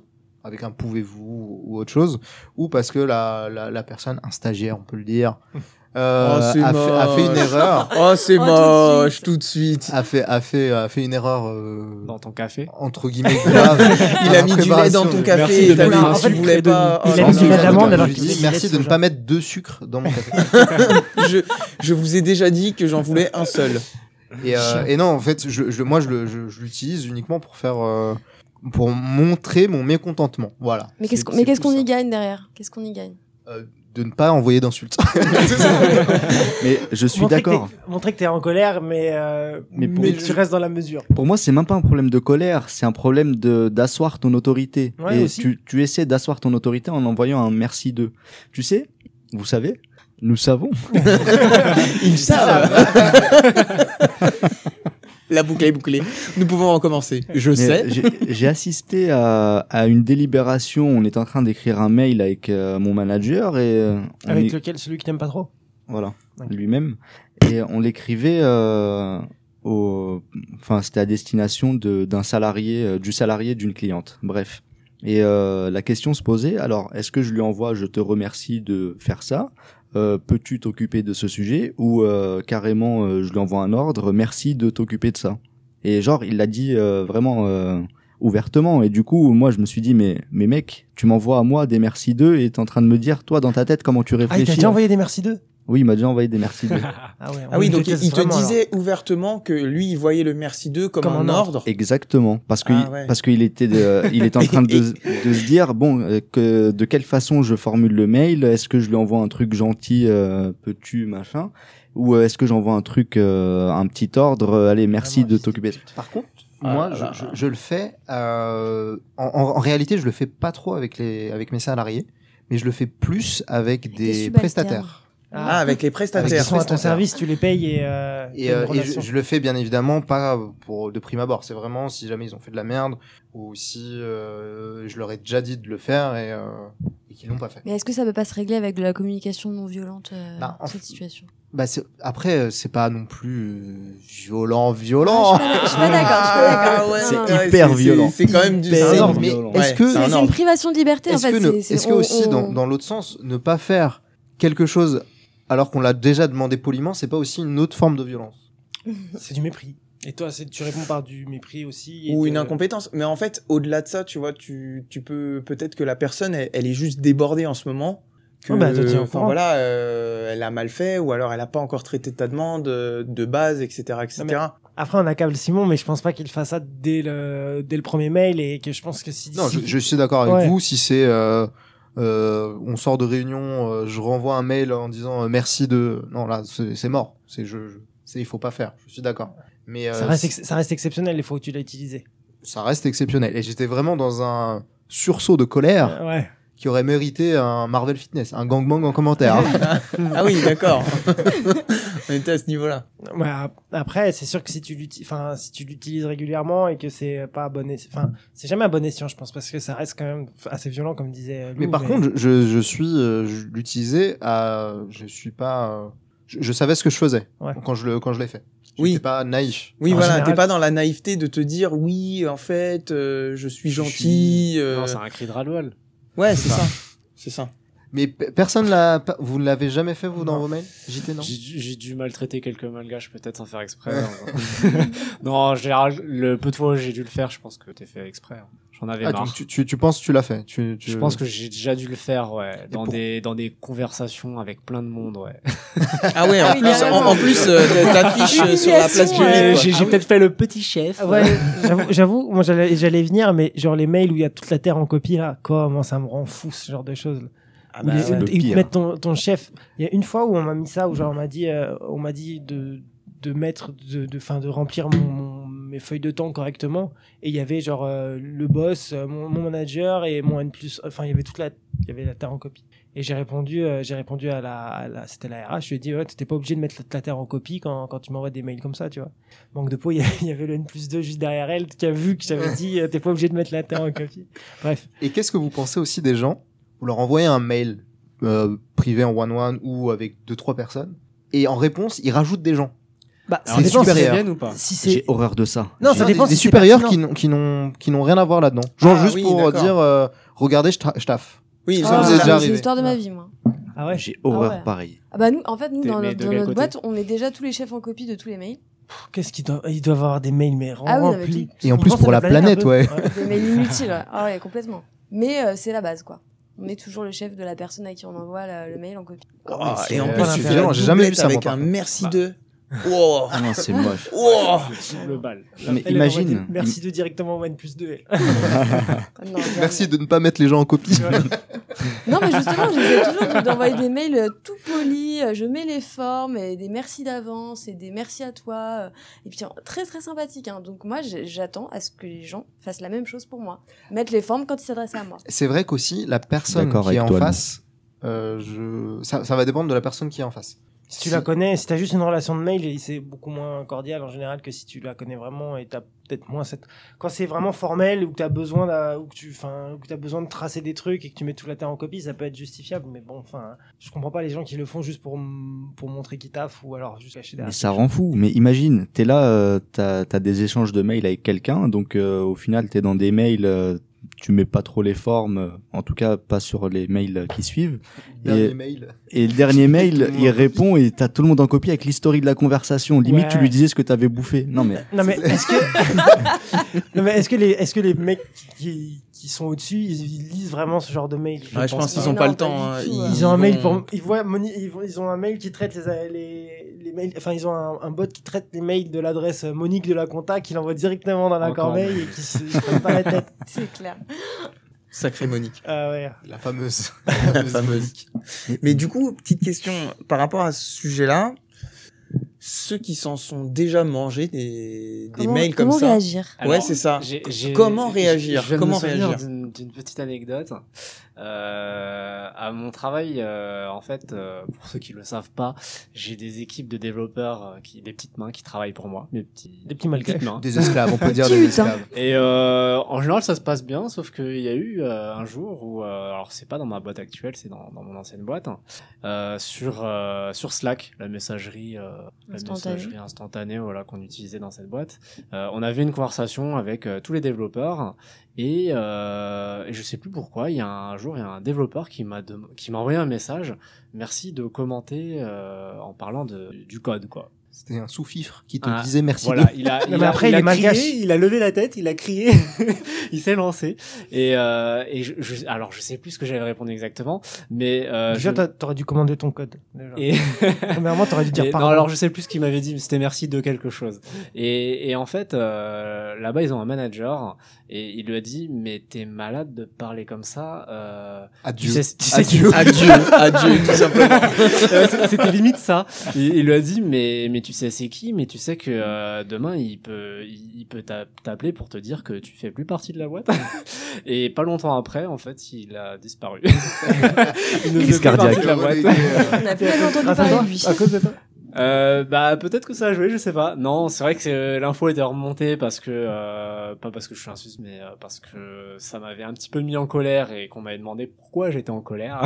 avec un pouvez-vous ou autre chose, ou parce que la, la, la personne, un stagiaire, on peut le dire, euh, Hum. Oh, c'est a, fait, a fait une moche. erreur, Oh, c'est Oh, tout de moche suite. tout de suite. a fait a fait a fait une erreur euh, Dans ton café. entre guillemets grave. Il Ah, a mis du lait dans ton Merci café. de et t'as nous dit, avoir ah, tu insultés, voulais pas. Denis. Oh, Il a non, mis du lait non, d'amande non, alors je Je qu'il lui ai dis, dit, est merci de ne sous- pas mettre de sucre dans mon café. Je, je vous ai déjà dit que j'en voulais un seul. Et, euh, Chiant. et non, en fait, je, je- moi, je, le- je, je l'utilise uniquement pour faire, euh, pour montrer mon mécontentement. Voilà. Mais qu'est-ce C'est- qu'on mais c'est qu'est-ce plus qu'on y ça. gagne derrière Qu'est-ce qu'on y gagne Euh, De ne pas envoyer d'insultes. ah, Mais je suis Montrer que d'accord. t'es- Montrer que t'es en colère, mais, euh, Mais mais, pour- tu restes dans la mesure. Pour moi, c'est même pas un problème de colère, c'est un problème de d'asseoir ton autorité. Ouais, et aussi. tu, tu essaies d'asseoir ton autorité en envoyant un merci d'eux. Tu sais, vous savez, nous savons. Ils savent. euh, La boucle est bouclée. Nous pouvons en commencer. Je Mais sais. j'ai- J'ai assisté à, à une délibération. On est en train d'écrire un mail avec euh, mon manager et euh, on Avec est- lequel celui qui t'aime pas trop. voilà Ok. lui-même et on l'écrivait euh, au, enfin c'était à destination de- d'un salarié, euh, du salarié d'une cliente. Bref. Et euh, la question se posait, alors est-ce que je lui envoie je te remercie de faire ça Euh, Peux-tu t'occuper de ce sujet Ou euh, carrément euh, je lui envoie un ordre, merci de t'occuper de ça. Et genre il l'a dit euh, vraiment euh, ouvertement. Et du coup moi je me suis dit mais, mais mec, tu m'envoies à moi des merci d'eux et t'es en train de me dire toi dans ta tête comment tu Ah, il t'a réfléchis. hein. déjà envoyé des merci d'eux Oui il m'a déjà envoyé des merci d'eux. Ah, ouais, Ah oui, donc il te disait ouvertement que lui, il voyait le merci 2 comme, Comme un un ordre. Exactement, parce que Ah ouais. parce qu'il était de- euh, il est en train de, de se dire bon euh, que de quelle façon je formule le mail, est-ce que je lui envoie un truc gentil, euh, peux-tu machin, ou euh, est-ce que j'envoie un truc euh, un petit ordre, euh, allez merci de t'occuper. Par contre, Ah moi, là je, là. je- je le fais. euh, en, en- en réalité, je le fais pas trop avec les, avec mes salariés, mais je le fais plus avec des subalternes. prestataires. Ah, avec les Avec Avec ils prestataires. des sont à ton prestataires. service, tu les payes et. euh, t'as Et, une euh, et je, relation. je le fais bien évidemment pas pour de prime abord. C'est vraiment si jamais ils ont fait de la merde ou si euh, je leur ai déjà dit de le faire et, euh, et qu'ils l'ont pas fait. Mais est-ce que ça peut pas se régler avec de la communication non violente euh, Bah, en cette fait- situation Bah c'est- après euh, c'est pas non plus euh, violent violent. Ah, Je suis pas d'accord. Je suis pas Ah d'accord. ouais, Non, non, C'est non. ouais, hyper c'est- violent. C'est quand même du Mais- c'est mais énorme. violent. Ouais, est-ce que c'est un C'est c'est une ordre. privation de liberté en Est-ce fait. que, ne- c'est- est-ce c'est- que on- aussi on- dans, dans l'autre sens ne pas faire quelque chose alors qu'on l'a déjà demandé poliment c'est pas aussi une autre forme de violence C'est du mépris. Et toi, c'est- tu réponds par du mépris aussi. et Ou de- une incompétence. Mais en fait, au-delà de ça, tu vois, tu, tu peux peut-être que la personne, elle, elle est juste débordée en ce moment. Que, Ouais, bah, toi, t'es au enfin courant. voilà, euh, elle a mal fait ou alors elle a pas encore traité ta demande euh, de base, etc., etc. Non, mais- Après, on accable Simon, mais je pense pas qu'il fasse ça dès le, dès le premier mail et que je pense que si. non je, si- je suis d'accord avec Ouais. vous si c'est euh, euh, on sort de réunion euh, je renvoie un mail en disant euh, merci de non là c'est c'est mort c'est je, je- c'est il faut pas faire je suis d'accord mais euh, Ça reste, ex- ça reste exceptionnel les fois où tu l'as utilisé. ça reste exceptionnel et j'étais vraiment dans un sursaut de colère Euh, ouais. qui aurait mérité un Marvel Fitness un gangbang en commentaire hein. Ah oui, d'accord. On était à ce niveau-là. Ouais, ap- après, c'est sûr que si tu l'uti- enfin, si tu l'utilises régulièrement et que c'est pas à bon escient, enfin, c'est jamais à bon escient, je pense, parce que ça reste quand même assez violent, comme disait. Lou, Mais par contre, je, je suis, euh, je l'utilisais à, je suis pas, euh, je, je savais ce que je faisais Ouais. quand je le quand je l'ai fait. J'étais Oui. pas naïf. Oui, En voilà, général- t'es pas dans la naïveté de te dire oui, en fait, euh, je suis gentil. euh, Non, c'est un cri de ras-le-bol. Ouais, c'est ça. C'est ça. Mais pe- personne l'a pas- vous ne l'avez jamais fait vous dans Non. vos mails JT non. J'ai dû, j'ai dû maltraiter quelques malgaches, peut-être sans faire exprès. hein. non, en général, le peu de fois où j'ai dû le faire, je pense que t'es fait exprès. hein. J'en avais Ah, marre. donc tu, tu, tu penses que tu l'as fait. Tu, tu- Je pense que j'ai déjà dû le faire, ouais, dans pour- des dans des conversations avec plein de monde, ouais. Ah ouais, en Ah, il a plus, en, raison. en plus, euh, t'affiches euh, sur la place Humiliation, ouais. publique. J'ai j'ai peut-être fait le petit chef. Ah Ouais, j'avoue- j'avoue, moi j'allais j'allais venir, mais genre les mails où il y a toute la terre en copie là, comment ça me rend fou ce genre de choses. là. Ah Où bah, les- c'est où le ils te pire. mettent ton, ton chef. Il y a une fois où on m'a mis ça, où genre on m'a dit, euh, on m'a dit de, de mettre, de, de, fin, de remplir mon- mon- mes feuilles de temps correctement. Et il y avait genre euh, le boss, euh, mon, mon manager et mon N plus. Enfin, il y avait toute la, il y avait la terre en copie. Et j'ai répondu, euh, j'ai répondu à la, à la- c'était la RH. Je lui ai dit, ouais, t'étais pas obligé de mettre la, la terre en copie quand, quand tu m'envoies des mails comme ça, tu vois. Manque de peau, il y avait- il y avait le N plus 2 juste derrière elle qui a vu que j'avais dit, euh, t'es pas obligé de mettre la terre en copie. Bref. Et qu'est-ce que vous pensez aussi des gens Vous leur envoyez un mail euh, privé en one-one ou avec deux trois personnes et en réponse ils rajoutent des gens. Bah, Alors, des gens, c'est c'est supérieur. bien ou pas Si J'ai c'est horreur de ça. Non, J'ai- ça Des- dépend des, si c'est supérieurs qui pertinent. n'ont qui n'ont qui n'ont rien à voir là-dedans. Genre Ah, juste oui, pour d'accord. dire euh, regardez je, tra- je taffe. Oui, ça Ah, vous ça- est c'est déjà arrivé. l'histoire de ma vie, moi. Ah ouais. J'ai horreur Ah ouais. pareil. Ah bah nous, en fait, nous, T'es- dans, mais notre- de dans quel notre côté boîte, on est déjà tous les chefs en copie de tous les mails. Qu'est-ce qu'il doit, il doit avoir des mails mais Ah oui, non, mais remplis. Et en plus, Ils pensent pour à la planète, un peu. Des mails inutiles, ouais. ah ouais, complètement. Mais euh, c'est la base, quoi. On est toujours le chef de la personne à qui on envoie la- le mail en copie. Ah, c'est et en pas plus, tu l'intérêt. fais la J'ai jamais vu doublette ça, moi, avec par un contre. merci de. Wow. Ah non, c'est moche. Wow. Le bal. Mais Elle, elle envoie imagine. des- Merci de directement au N plus 2. Ah Non, Merci bien, de ne pas mettre les gens en copie. mais- Non, mais justement, j'essaie toujours de- d'envoyer des mails euh, tout polis. euh, Je mets les formes et des merci d'avance et des merci à toi. euh, Et puis, euh, très, très sympathique. hein. Donc, moi, j'ai- j'attends à ce que les gens fassent la même chose pour moi. Mettre les formes quand ils s'adressent à moi. C'est vrai qu'aussi, la personne D'accord qui est avec en toi, face, euh, je... ça, ça va dépendre de la personne qui est en face. Si tu la connais, si t'as juste une relation de mail, et c'est beaucoup moins cordial en général que si tu la connais vraiment et t'as peut-être moins cette. Quand c'est vraiment formel ou que t'as besoin d'a- ou que tu, enfin, ou que t'as besoin de tracer des trucs et que tu mets toute la terre en copie, ça peut être justifiable. Mais bon, enfin, hein. je comprends pas les gens qui le font juste pour m- pour montrer qu'ils taffent ou alors juste cacher Mais derrière. ça rend fou. Mais imagine, t'es là, euh, t'as as des échanges de mails avec quelqu'un, donc euh, au final t'es dans des mails, euh, tu mets pas trop les formes, euh, en tout cas pas sur les mails euh, qui suivent. Dernier mail. Et le dernier Tout mail, le monde il en copie. répond et t'as tout le monde en copie avec l'historique de la conversation. Limite, Ouais. tu lui disais ce que t'avais bouffé. Non mais Non mais est-ce que non mais est-ce que les est-ce que les mecs qui, qui sont au-dessus ils, ils lisent vraiment ce genre de mail Ouais, je pense pas. qu'ils ont Non, pas non, le temps. pas hein. du tout, ouais. Ils ont un vont- mail pour ils voient moni- ils, vont- ils ont un mail qui traite les les, les mails enfin ils ont un, un bot qui traite les mails de l'adresse Monique de la contact qui l'envoie directement dans la Encore. corbeille et qui se ils se prennent pas la tête. C'est clair. Sacré Monique. Ah ouais. La fameuse. La fameuse. Mais du coup, petite question par rapport à ce sujet-là. Ceux qui s'en sont déjà mangés des, des Comment- mails comme Comment ça. réagir Alors, ouais, c'est ça. J'ai- j'ai- Ah. Comment réagir je viens de Comment me souvenir réagir d'une- D'une petite anecdote. Euh, à mon travail, euh, en fait, euh, pour ceux qui le savent pas, j'ai des équipes de développeurs, euh, qui, des petites mains qui travaillent pour moi, des petits, Des petits malgaches. petites mains. Des esclaves, on peut dire Putain. des esclaves. Et euh, en général, ça se passe bien, sauf qu'il y a eu euh, un jour où, euh, alors c'est pas dans ma boîte actuelle, c'est dans, dans mon ancienne boîte, hein, euh, sur euh, sur Slack, la messagerie, euh, la Instantanée. messagerie instantanée, voilà, qu'on utilisait dans cette boîte. Euh, on avait une conversation avec euh, tous les développeurs et, euh, et je sais plus pourquoi. Il y a un jour, il y a un développeur qui m'a dem- qui m'a envoyé un message. Merci de commenter euh, en parlant de, du code, quoi. C'était un sous-fifre qui te Ah, disait merci. Voilà, il a, Non, il mais a- après, il il a est malgache. crié, il a levé la tête, il a crié, il s'est lancé. Et, euh, et je, je- alors, je sais plus ce que j'avais répondu exactement, mais euh, Déjà t'as- t'aurais dû commander ton code. déjà. et, Premièrement t'aurais dû dire et- non, pardon. alors je sais plus ce qu'il m'avait dit, mais c'était merci de quelque chose. Et, et en fait, euh, là-bas, ils ont un manager et il lui a dit, mais t'es malade de parler comme ça. Euh, tu Adieu. sais, tu sais Adieu. Adieu, adieu, tout simplement. Euh, c'est- C'était limite ça. Il, il lui a dit mais mais tu sais c'est qui Mais tu sais que euh, demain il peut il, il peut t'a- t'appeler pour te dire que tu fais plus partie de la boîte. Et pas longtemps après en fait il a disparu. il ne Crise fait plus partie cardiaque. de la boîte. On n'a plus jamais entendu Ah, parler toi, de lui. à cause de toi. Euh, bah peut-être que ça a joué, je sais pas. Non, c'est vrai que c'est- l'info était remontée parce que euh, pas parce que je suis un sus, mais euh, parce que ça m'avait un petit peu mis en colère et qu'on m'avait demandé pourquoi j'étais en colère.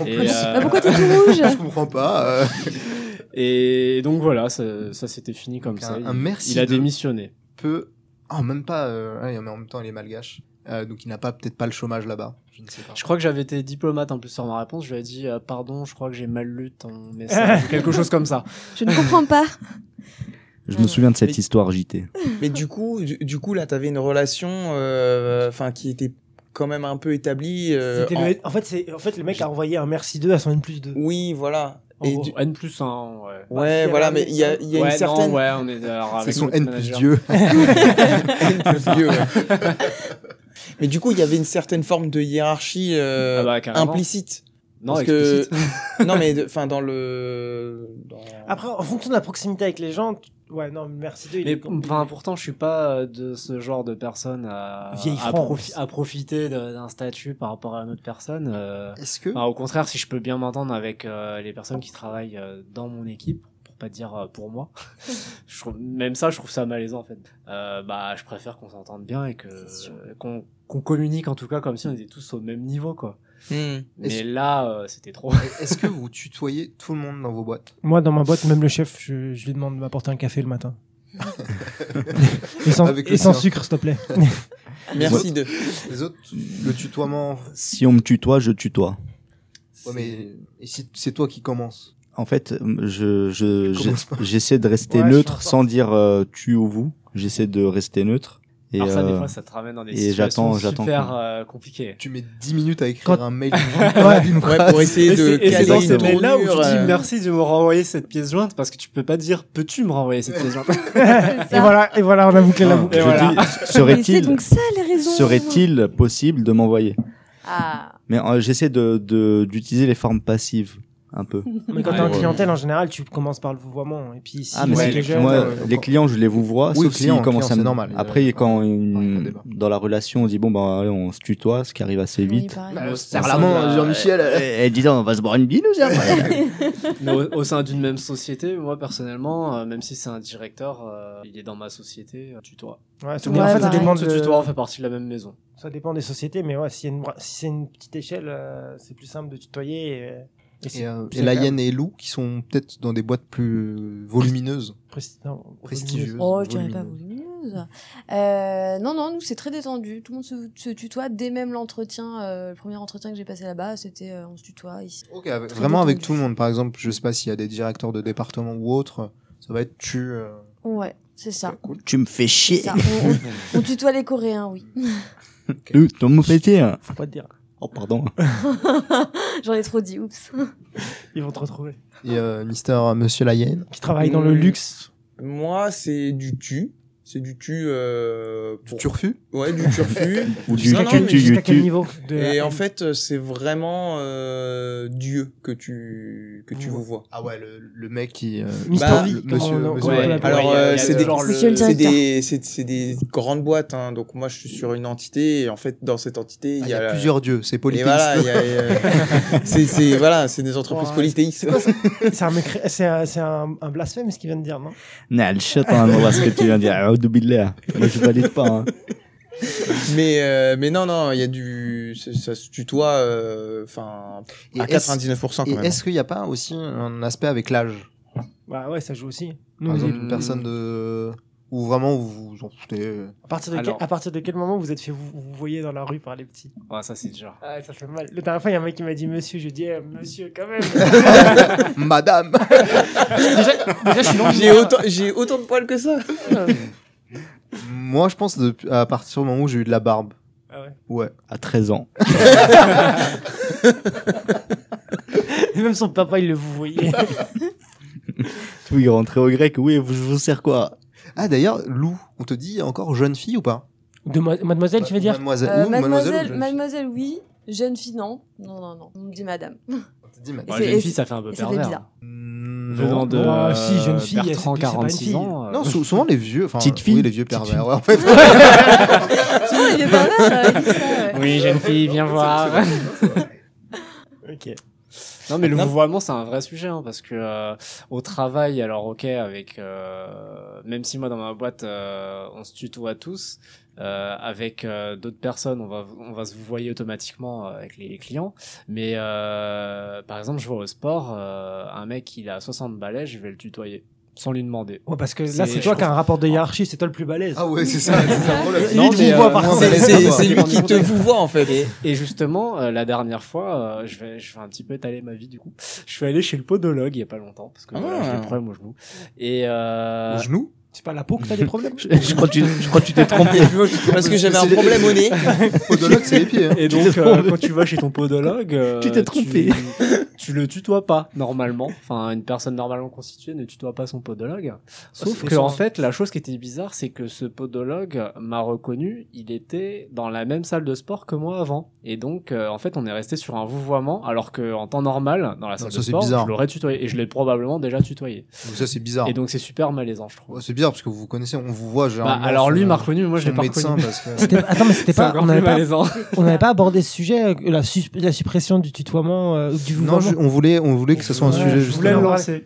En Et, plus, euh, Bah, pourquoi t'es tout rouge je comprends pas. euh, Et donc voilà, ça, ça c'était fini comme Donc, ça. un- il, un merci il a de- démissionné. Peu. Oh, même pas. euh, ouais, mais en même temps, il est malgache. Euh, donc il n'a pas peut-être pas le chômage là-bas. Je ne sais pas. Je crois que j'avais été diplomate un peu sur ma réponse. Je lui ai dit euh, pardon, je crois que j'ai mal lu ton message, ou quelque chose comme ça. Je ne comprends pas. Je me souviens de cette histoire JT. Mais du coup, du, du coup, là, t'avais une relation, euh, enfin, qui était quand même un peu établie. euh, C'était en- le- en... fait, c'est en fait, le mec a envoyé un merci 2 à son N plus 2. Oui, voilà. En Et gros. du- N plus 1, ouais. Ouais, voilà, si, elle a mais il y a, il y a ouais, une certaine. non, ouais, on est alors C'est avec son notre N plus manager. Dieu. N plus vieux, ouais. mais du coup, il y avait une certaine forme de hiérarchie euh, Ah bah, carrément. implicite. Non, Parce que- explicite. non, mais enfin, dans le. dans- Après, en fonction de la proximité avec les gens, tu- ouais, non, mais merci 2, il Mais est enfin, pourtant, je suis pas euh, de ce genre de personne à, Vieille à, France. profi- à profiter de- d'un statut par rapport à une autre personne. euh, Est-ce que. Enfin, au contraire, si je peux bien m'entendre avec euh, les personnes qui travaillent euh, dans mon équipe, pour pas dire euh, pour moi, je trouve, même ça, je trouve ça malaisant en fait. Euh, bah, je préfère qu'on s'entende bien et que C'est sûr. qu'on qu'on communique en tout cas comme si on était tous au même niveau quoi. Hmm. Mais Est-ce- là, euh, c'était trop. Est-ce que vous tutoyez tout le monde dans vos boîtes Moi, dans ma boîte, même le chef, je, je lui demande de m'apporter un café le matin. et sans, Avec le et sans sien. sucre, s'il te plaît. Merci de. Les autres, le tutoiement. Si on me tutoie, je tutoie. Ouais, mais et si c'est toi qui commences En fait, je, je, Commence j'ai- j'essaie de rester Ouais, je neutre suis en sans dire euh, tu ou vous. J'essaie de rester neutre. Et, Alors ça, des euh, fois, ça te ramène dans des et situations j'attends- j'attends super qu'on- euh, compliquées. Tu mets 10 minutes à écrire Quand- un mail d'une- d'une Ouais, phrase. pour essayer Et de c'est et c'est caler une dans ces mails-là où je tournure, dis euh, merci de me renvoyer cette pièce jointe parce que tu peux pas dire peux-tu me renvoyer cette pièce jointe et voilà, et voilà, on a bouclé la non, boucle. je Et voilà. dis, Mais c'est serait-il, donc ça les raisons. serait-il possible de m'envoyer Ah, Mais euh, j'essaie de, de- d'utiliser les formes passives un peu. Mais quand Ouais, t'es en ouais. clientèle, en général, tu commences par le vouvoiement. Et puis, si Ah, mais c'est c'est- les jeunes, moi, euh, les clients, je les vous vois, Oui, sauf client, s'ils commencent client, à c'est me- normal. Après, Ouais, quand ouais, une- on débat. dans la relation, on dit bon, bah, allez, on se tutoie, ce qui arrive assez oui, bah. vite. Bah, pareil. Au sein Serment, de la- Jean-Michel. euh, Eh, eh, dis donc, on va se boire une bille ou ça Mais au, au sein d'une même société, moi personnellement, euh, même si c'est un directeur, euh, il est dans ma société, euh, tutoie. ouais, Tout mais en monde fait, ça pareil. dépend, le de- tutoie, on fait partie de la même maison. ça dépend des sociétés, mais ouais, si, y a une bra- si c'est une petite échelle, euh, c'est plus simple de tutoyer. Et, et c'est Et, euh, plus et la agréable. hyène et Lou qui sont peut-être dans des boîtes plus volumineuses, Presti- non, prestigieuses. Oh, je dirais pas volumineuses. volumineuse. Euh, non, non, nous c'est très détendu. Tout le monde se, se tutoie. Dès même l'entretien, euh, le premier entretien que j'ai passé là-bas, c'était euh, on se tutoie ici. Ok, avec- Très vraiment avec détendu. tout le monde. Par exemple, je sais pas s'il y a des directeurs de département ou autres, ça va être tu. euh, Ouais, c'est ça. Tu me fais C'est chier. ça. On, on- on tutoie les Coréens, oui. Tu tu me fais chier. Faut pas te dire. Oh, pardon. J'en ai trop dit, oups. Ils vont te retrouver. Et euh, Mister Monsieur la hyène. Qui travaillent dans le Mm. luxe. Moi, c'est du tu. C'est du tu. euh, pour- Tu refus Ouais, du turfu. Ou du Non, Jusqu'à non, quel, mais tu- jusqu'à quel tu- niveau de- Et en fait, euh, c'est vraiment euh, Dieu que tu que tu Ouais. vous vois. Ah ouais, le, le mec qui. euh, Mister bah, V, le comment monsieur- on- monsieur- comment on Ouais, peut l'appeler alors, il y a- euh, il y a c'est le des- genre le- Monsieur le- C'est Directeur. des c'est c'est des grandes boîtes. Hein. Donc moi, je suis sur une entité. Et en fait, dans cette entité, ah, il y a, plusieurs dieux, c'est Et polythéiste. voilà, il y a, euh, c'est c'est- voilà, c'est des entreprises Ouais, polythéistes. C'est un, mécré- c'est un, c'est un- un blasphème ce qu'il vient de dire, non Non, le chat, on va voir ce que tu viens de dire. Oh, billah. Moi, je valide pas. hein. mais euh, mais non non, il y a du ça ça se tutoie euh, enfin Et à est-ce- 99% Et quand même. est-ce qu'il n'y a pas aussi un aspect avec l'âge Bah ouais, ça joue aussi. Nous, Par on exemple, dit- une personne de. Ou vraiment vous vous en foutez euh, à, partir de Alors. quel, à partir de quel moment vous êtes fait vous, vous voyez dans la rue par les petits Ouais, ça c'est dur. Ah, ça fait mal. La dernière fois, il y a un mec qui m'a dit monsieur, je lui ai dit eh, monsieur quand même. Madame Déjà, je suis long. J'ai autant j'ai autant de poils que ça. Moi, je pense depuis- à partir du moment où j'ai eu de la barbe. Ah ouais. Ouais. À 13 ans. Et même son papa, il le vous voyait. Tout, il rentrait au grec. Oui, vous- je vous sers quoi Ah, d'ailleurs, Lou, on te dit encore jeune fille ou pas De ma- mademoiselle, tu veux dire Mademoiselle. Euh, ou mademoiselle. ou mademoiselle, jeune mademoiselle, oui. Jeune fille, non. Non, non, non. On me dit madame. fille. On te dit ma- Et Moi, c'est- j'ai une et fille, c'est- ça fait un peu et ça fait pervers. bizarre. Venant Non, de Oh, si, jeune euh, fille, c'est- Bertrand, c'est pas une 46 fille. ans. euh, Non, sou- souvent les vieux. enfin, Petite fille Oui, les vieux Petite pervers. ouais, en fait. Souvent, il est pas mal, euh, il dit ça, ouais. Oui, jeune fille, viens voir. Bah, Ok. Non, mais le Non. vouvoiement, c'est un vrai sujet, hein, parce que euh, au travail, alors ok, avec euh, même si moi dans ma boîte, euh, on se tutoie tous, euh, avec euh, d'autres personnes, on va, on va se voyer automatiquement euh, avec les, les clients. Mais euh, par exemple, je vois au sport, euh, un mec, il a 60 balais, je vais le tutoyer sans lui demander. Ouais, parce que C'est- là, c'est Ah. je toi qui as trouve- un rapport de hiérarchie, c'est toi le plus balèze. Ah ouais, c'est ça. c'est ça. Oh là là. Lui, il te mais, voit par moins C'est- balèze que C'est toi. c'est lui qui te vous voit en fait. Et, et justement, euh, la dernière fois, euh, je, vais, je vais un petit peu étaler ma vie du coup. Je suis allé chez le podologue il y a pas longtemps parce que Ah. voilà, j'ai des problèmes au genou. Et euh, Au genou C'est pas la peau que t'as des problèmes. Je, je crois que tu- je crois que tu t'es trompé. Parce que j'avais un problème au nez. Podologue, c'est les pieds. hein. Et Tu donc, t'es euh, trompé. quand tu vas chez ton podologue, euh, Tu t'es trompé. Tu, tu le tutoies pas normalement. Enfin, une personne normalement constituée ne tutoie pas son podologue. Sauf c'est que en ça. fait, la chose qui était bizarre, c'est que ce podologue m'a reconnu. Il était dans la même salle de sport que moi avant. Et donc, euh, en fait, on est resté sur un vouvoiement, alors que en temps normal, dans la salle ça, de c'est sport, bizarre. Ah. je l'aurais tutoyé et je l'ai probablement déjà tutoyé. Donc ça, c'est bizarre. Et donc, c'est super malaisant, je trouve. Ouais, c'est bizarre parce que vous vous connaissez, on vous voit Bah, généralement. alors lui son- m'a reconnu, mais moi je son l'ai pas médecin reconnu. parce que- C'était- Attends, mais c'était C'est pas. encore On plus n'avait pas, malaisant. on n'avait pas abordé ce sujet, euh, la, sus- la suppression du tutoiement euh, ou du Non, vouvoiement. je- on voulait, on voulait que ce soit un Ouais, sujet je voulais justement. le lancer.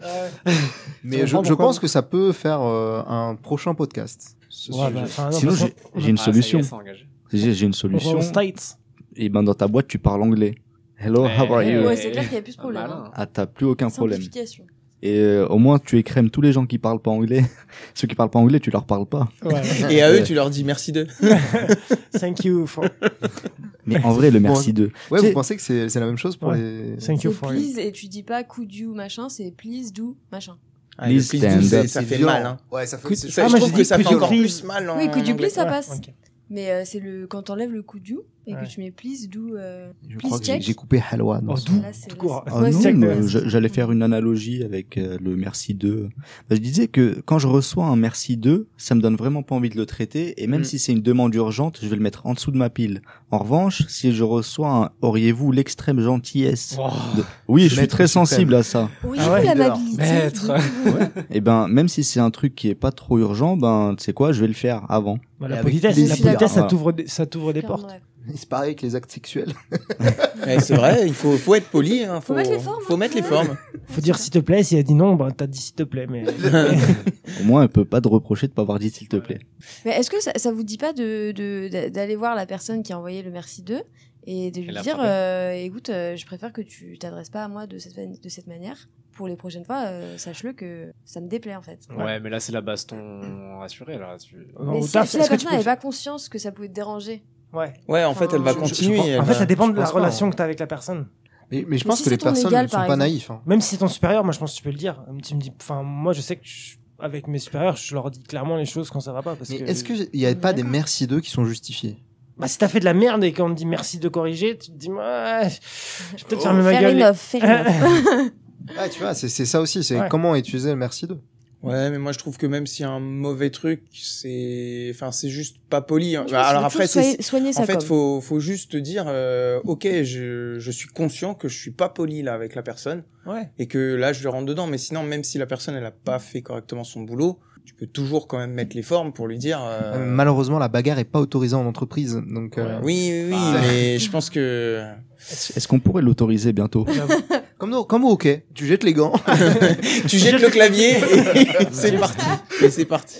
Mais je, comprends je pourquoi. pense que ça peut faire euh, un prochain podcast. ce Ouais, sujet. bah, enfin, non, Sinon, parce j'ai qu'on- j'ai une Ah, ça y est, solution. c'est engagé. J'ai j'ai une on va solution. aux States. Et ben dans ta boîte, tu parles anglais. Hello, Ouais. how are you? Ouais. Ouais, c'est clair qu'il n'y a plus de problème. Malin. hein. Ah, t'as plus aucun problème. Simplification. Et euh, au moins, tu écrèmes tous les gens qui parlent pas anglais. Ceux qui parlent pas anglais, tu leur parles pas. Et à eux, tu leur dis merci d'eux. Thank you for, Mais en vrai, le merci d'eux. Ouais, Tu sais- vous pensez que c'est c'est la même chose pour Ouais. les. thank you C'est for. please et tu dis pas could you machin, c'est please do machin. Ah, le Please please do, stand c'est- up. Ça C'est fait violent. mal. hein. Ouais, ça fait. Could- c'est- Ça, Ah, je moi, trouve j'ai que dit ça fait could you encore please. plus mal. en Oui, could you anglais. please, ça passe. ok. Mais euh, c'est le quand t'enlèves le could you et Ouais. que tu mets please do. euh, Je Please crois que j'ai- check. j'ai coupé Halwa. dans Oh, ce- d'où Là, c'est- Tout court. là, Ah Ouais, non, c'est- mais ouais, je- c'est- j'allais faire une analogie avec euh, le merci 2. je disais que quand je reçois un merci 2, ça me donne vraiment pas envie de le traiter et même Mm. si c'est une demande urgente, je vais le mettre en dessous de ma pile. En revanche, si je reçois un auriez-vous l'extrême gentillesse de- Oui, je suis Maître très suprême. sensible à ça. Oui, Ah ouais, l'amabilité. Maître. et ben même si c'est un truc qui est pas trop urgent, ben tu sais quoi, je vais le faire avant. Bah, Et la avec politesse, les la filles, là. politesse, ça Voilà. t'ouvre des, ça t'ouvre des portes. Clairement, ouais. C'est pareil avec les actes sexuels. Ouais, c'est vrai, il faut, faut être poli. hein, Faut mettre les formes, Faut hein. mettre les formes. Faut dire s'il te plaît, s'il a dit non, bah t'as dit s'il te plaît, mais. euh, Au moins, elle peut pas te reprocher de pas avoir dit s'il te plaît. Mais est-ce que ça, ça vous dit pas de de- d'a- d'aller voir la personne qui a envoyé le merci d'eux et de lui la dire frapper. euh, écoute, euh, je préfère que tu t'adresses pas à moi de cette, mani- de cette manière. Pour les prochaines fois, euh, sache-le que ça me déplaît en fait. Ouais, mais là, c'est la baston assurée, là. Tu... Non, Mais au si, taf, si la est-ce que tu personne peux n'avait faire- pas conscience que ça pouvait te déranger. Ouais. Ouais, en fait, elle va Je- je- je continuer. pense- elle En fait, va- ça dépend de je la pense pas, relation hein. que t'as avec la personne. Mais, mais je Mais pense si que c'est les ton personnes égal, ne sont par pas exemple. naïfs. hein. Même si c'est ton supérieur, moi je pense que tu peux le dire. Tu me dis, enfin, moi je sais que je- avec mes supérieurs, je leur dis clairement les choses quand ça va pas. Parce Mais que... est-ce qu'il n'y a pas des merci d'eux qui sont justifiés Bah, si t'as fait de la merde et qu'on te dit merci de corriger, tu te dis, ouais, je vais peut-être fermer ma Oh. Faire gueule. une offre, faire une offre. Ouais, Ah, tu vois, c'est c'est ça aussi. C'est Ouais. comment utiliser le merci d'eux. Ouais, mais moi, je trouve que même si un mauvais truc, c'est, enfin, c'est juste pas poli. hein. Je pense Bah, qu'il alors faut après, toujours c'est, soigner- soigner en sa fait, com. faut, faut juste te dire, euh, ok, je, je suis conscient que je suis pas poli là avec la personne Ouais. et que là, je le rentre dedans. Mais sinon, même si la personne, elle a pas fait correctement son boulot, tu peux toujours quand même mettre les formes pour lui dire. euh, Euh, Malheureusement, la bagarre est pas autorisée en entreprise. Donc, euh, oui, oui, oui, Ah. mais je pense que. Est-ce qu'on pourrait l'autoriser bientôt comme, au- comme au hockey, tu jettes les gants. tu jettes le clavier et c'est parti. Et c'est parti.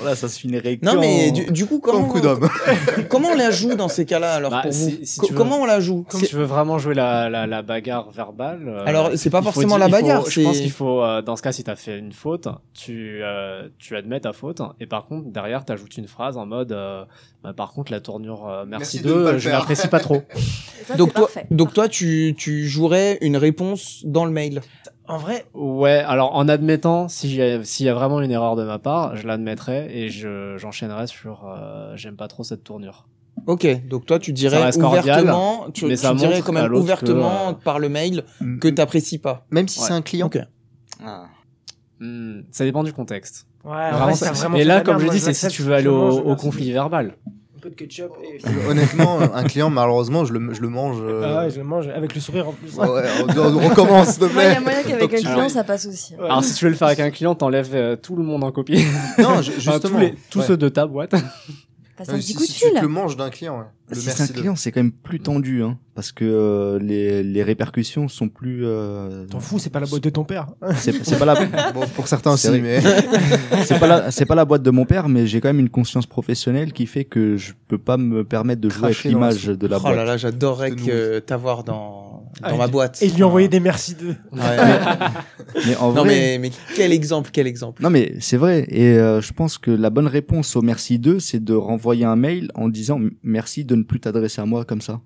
Voilà, ça se finirait Non, mais du, du coup, comment, Comme coup d'homme. comment on la joue dans ces cas-là alors Bah, pour si- vous si Co- tu veux- Comment on la joue Quand C'est- tu veux vraiment jouer la, la, la bagarre verbale. euh, Alors, c'est pas il faut forcément dire- la il faut- bagarre. je pense c'est- qu'il faut, euh, dans ce cas, si t'as fait une faute, tu, euh, tu admets ta faute. Et par contre, derrière, t'ajoutes une phrase en mode euh, bah, Par contre, la tournure euh, merci, Merci de d'eux, ne pas le je faire. l'apprécie pas trop. Et ça, donc c'est toi, parfait. donc toi, tu, tu jouerais une réponse dans le mail. En vrai, Ouais, alors en admettant, si j'ai- s'il y a vraiment une erreur de ma part, je l'admettrai et je- j'enchaînerai sur euh, J'aime pas trop cette tournure. Ok, donc toi, tu Ça dirais reste cordial, ouvertement, tu, mais tu ça dirais montre quand à même l'autre ouvertement que, euh, par le mail que t'apprécies pas. Même si Ouais. c'est un client. Ok. Hmm, ça dépend du contexte. Ah, ouais, en Vraiment, vrai, ça- ça a vraiment. et fait là, de la comme merde, je moi, dis, c'est si l'accepte, tu veux aller vraiment, au, je au l'accepte. conflit Bah verbal. Un peu de ketchup et. Honnêtement, euh, un client, malheureusement, je le, je le mange. euh, Ah ouais, je le mange avec le sourire en plus. Ouais, ouais, on, on recommence, s'il te Moi, il y a plaît. moyen qu'avec un Donc, tu- client, ça passe aussi. hein. Ouais. Alors, si tu veux le faire avec un client, t'enlèves euh, tout le monde en copie. Ah, Non, ju- Enfin, justement. tous les- tous ouais. ceux de ta boîte. Passe Ah un oui, petit si- coup de si tu te fil. le manges d'un client, ouais. le Si c'est un merci de- client, c'est quand même plus tendu, hein, parce que euh, les, les répercussions sont plus. euh, T'en fous, c'est pas la boîte de ton père. hein. c'est c'est pas la. Bon, pour certains aussi, C'est vrai. mais c'est pas la, c'est pas la boîte de mon père, mais j'ai quand même une conscience professionnelle qui fait que je peux pas me permettre de jouer avec Cracher dans l'image de la oh boîte. là là, j'adorerais De nous. que t'avoir dans, Ah, dans ma boîte. Et lui envoyer Ah, des merci de. Ouais. Mais en non, vrai, mais, mais quel exemple, quel exemple. non mais c'est vrai. Et euh, je pense que la bonne réponse au merci d'eux, c'est de renvoyer un mail en disant merci de ne plus t'adresser à moi comme ça.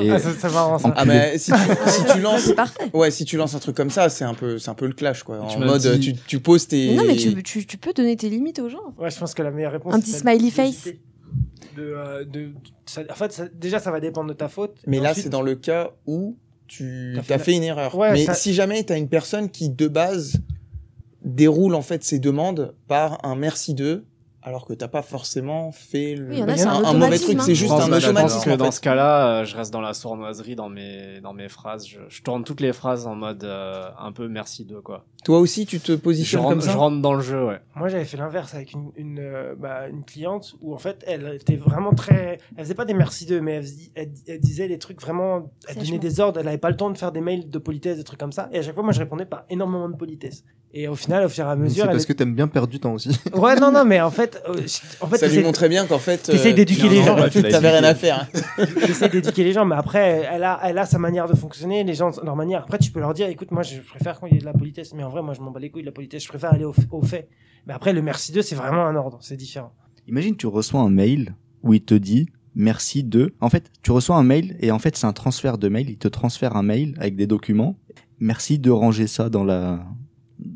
Et- Ah, ça, ça va, ça. Ah, mais si tu, si tu Ça, lances. C'est parfait. Ouais, si tu lances un truc comme ça, c'est un peu, c'est un peu le clash, quoi. Tu En m'as mode, dit- tu, tu poses tes. Mais Non, mais tu, tu, tu peux donner tes limites aux gens. Ouais, je pense que la meilleure réponse. Un c'est petit celle smiley de- face. De, euh, de- ça- en fait, ça- déjà, ça va dépendre de ta faute. Mais Et là, ensuite- c'est dans le cas où tu T'as as fait fait, la- une erreur. Ouais, mais ça- si jamais tu as une personne qui, de base, déroule en fait ses demandes par un merci d'eux, alors que t'as pas forcément fait le- Oui, il y en a, un, c'est un un automatisme, mauvais truc, hein. c'est juste Je pense- un je pense automatisme. que en dans fait. ce cas-là, euh, je reste dans la sournoiserie dans mes, dans mes phrases. Je, je tourne toutes les phrases en mode euh, un peu merci de quoi. Toi aussi, tu te Je positionnes comme rentre, ça je rentre dans le jeu, ouais. Moi, j'avais fait l'inverse avec une, une, euh, bah, une cliente où, en fait, elle était vraiment très. Elle faisait pas des merci d'eux, mais elle, faisait- elle- elle disait des trucs vraiment. Elle Sèchement. donnait des ordres, elle avait pas le temps de faire des mails de politesse, des trucs comme ça. Et à chaque fois, moi, je répondais par énormément de politesse. Et au final, au fur et à c'est mesure. elle parce que t'aimes bien perdre du temps aussi. était- Ouais, non, non, mais en fait. euh, en fait ça lui c'est- montrait bien qu'en fait. t'essayes euh, d'éduquer non, les non, gens. bah, Tu l'as T'avais rien éduqué. à faire. hein. j'essaie d'éduquer les gens, mais après, elle a, elle a sa manière de fonctionner, les gens, leur manière. Après, tu peux leur dire, écoute, moi, je préfère quand il y ait de la politesse, mais en vrai, moi, je m'en bats les couilles de la politesse, je préfère aller au, au fait. Mais après, le merci d'eux, c'est vraiment un ordre, c'est différent. Imagine, tu reçois un mail où il te dit merci de. En fait, tu reçois un mail et en fait, c'est un transfert de mail. Il te transfère un mail avec des documents. Merci de ranger ça dans la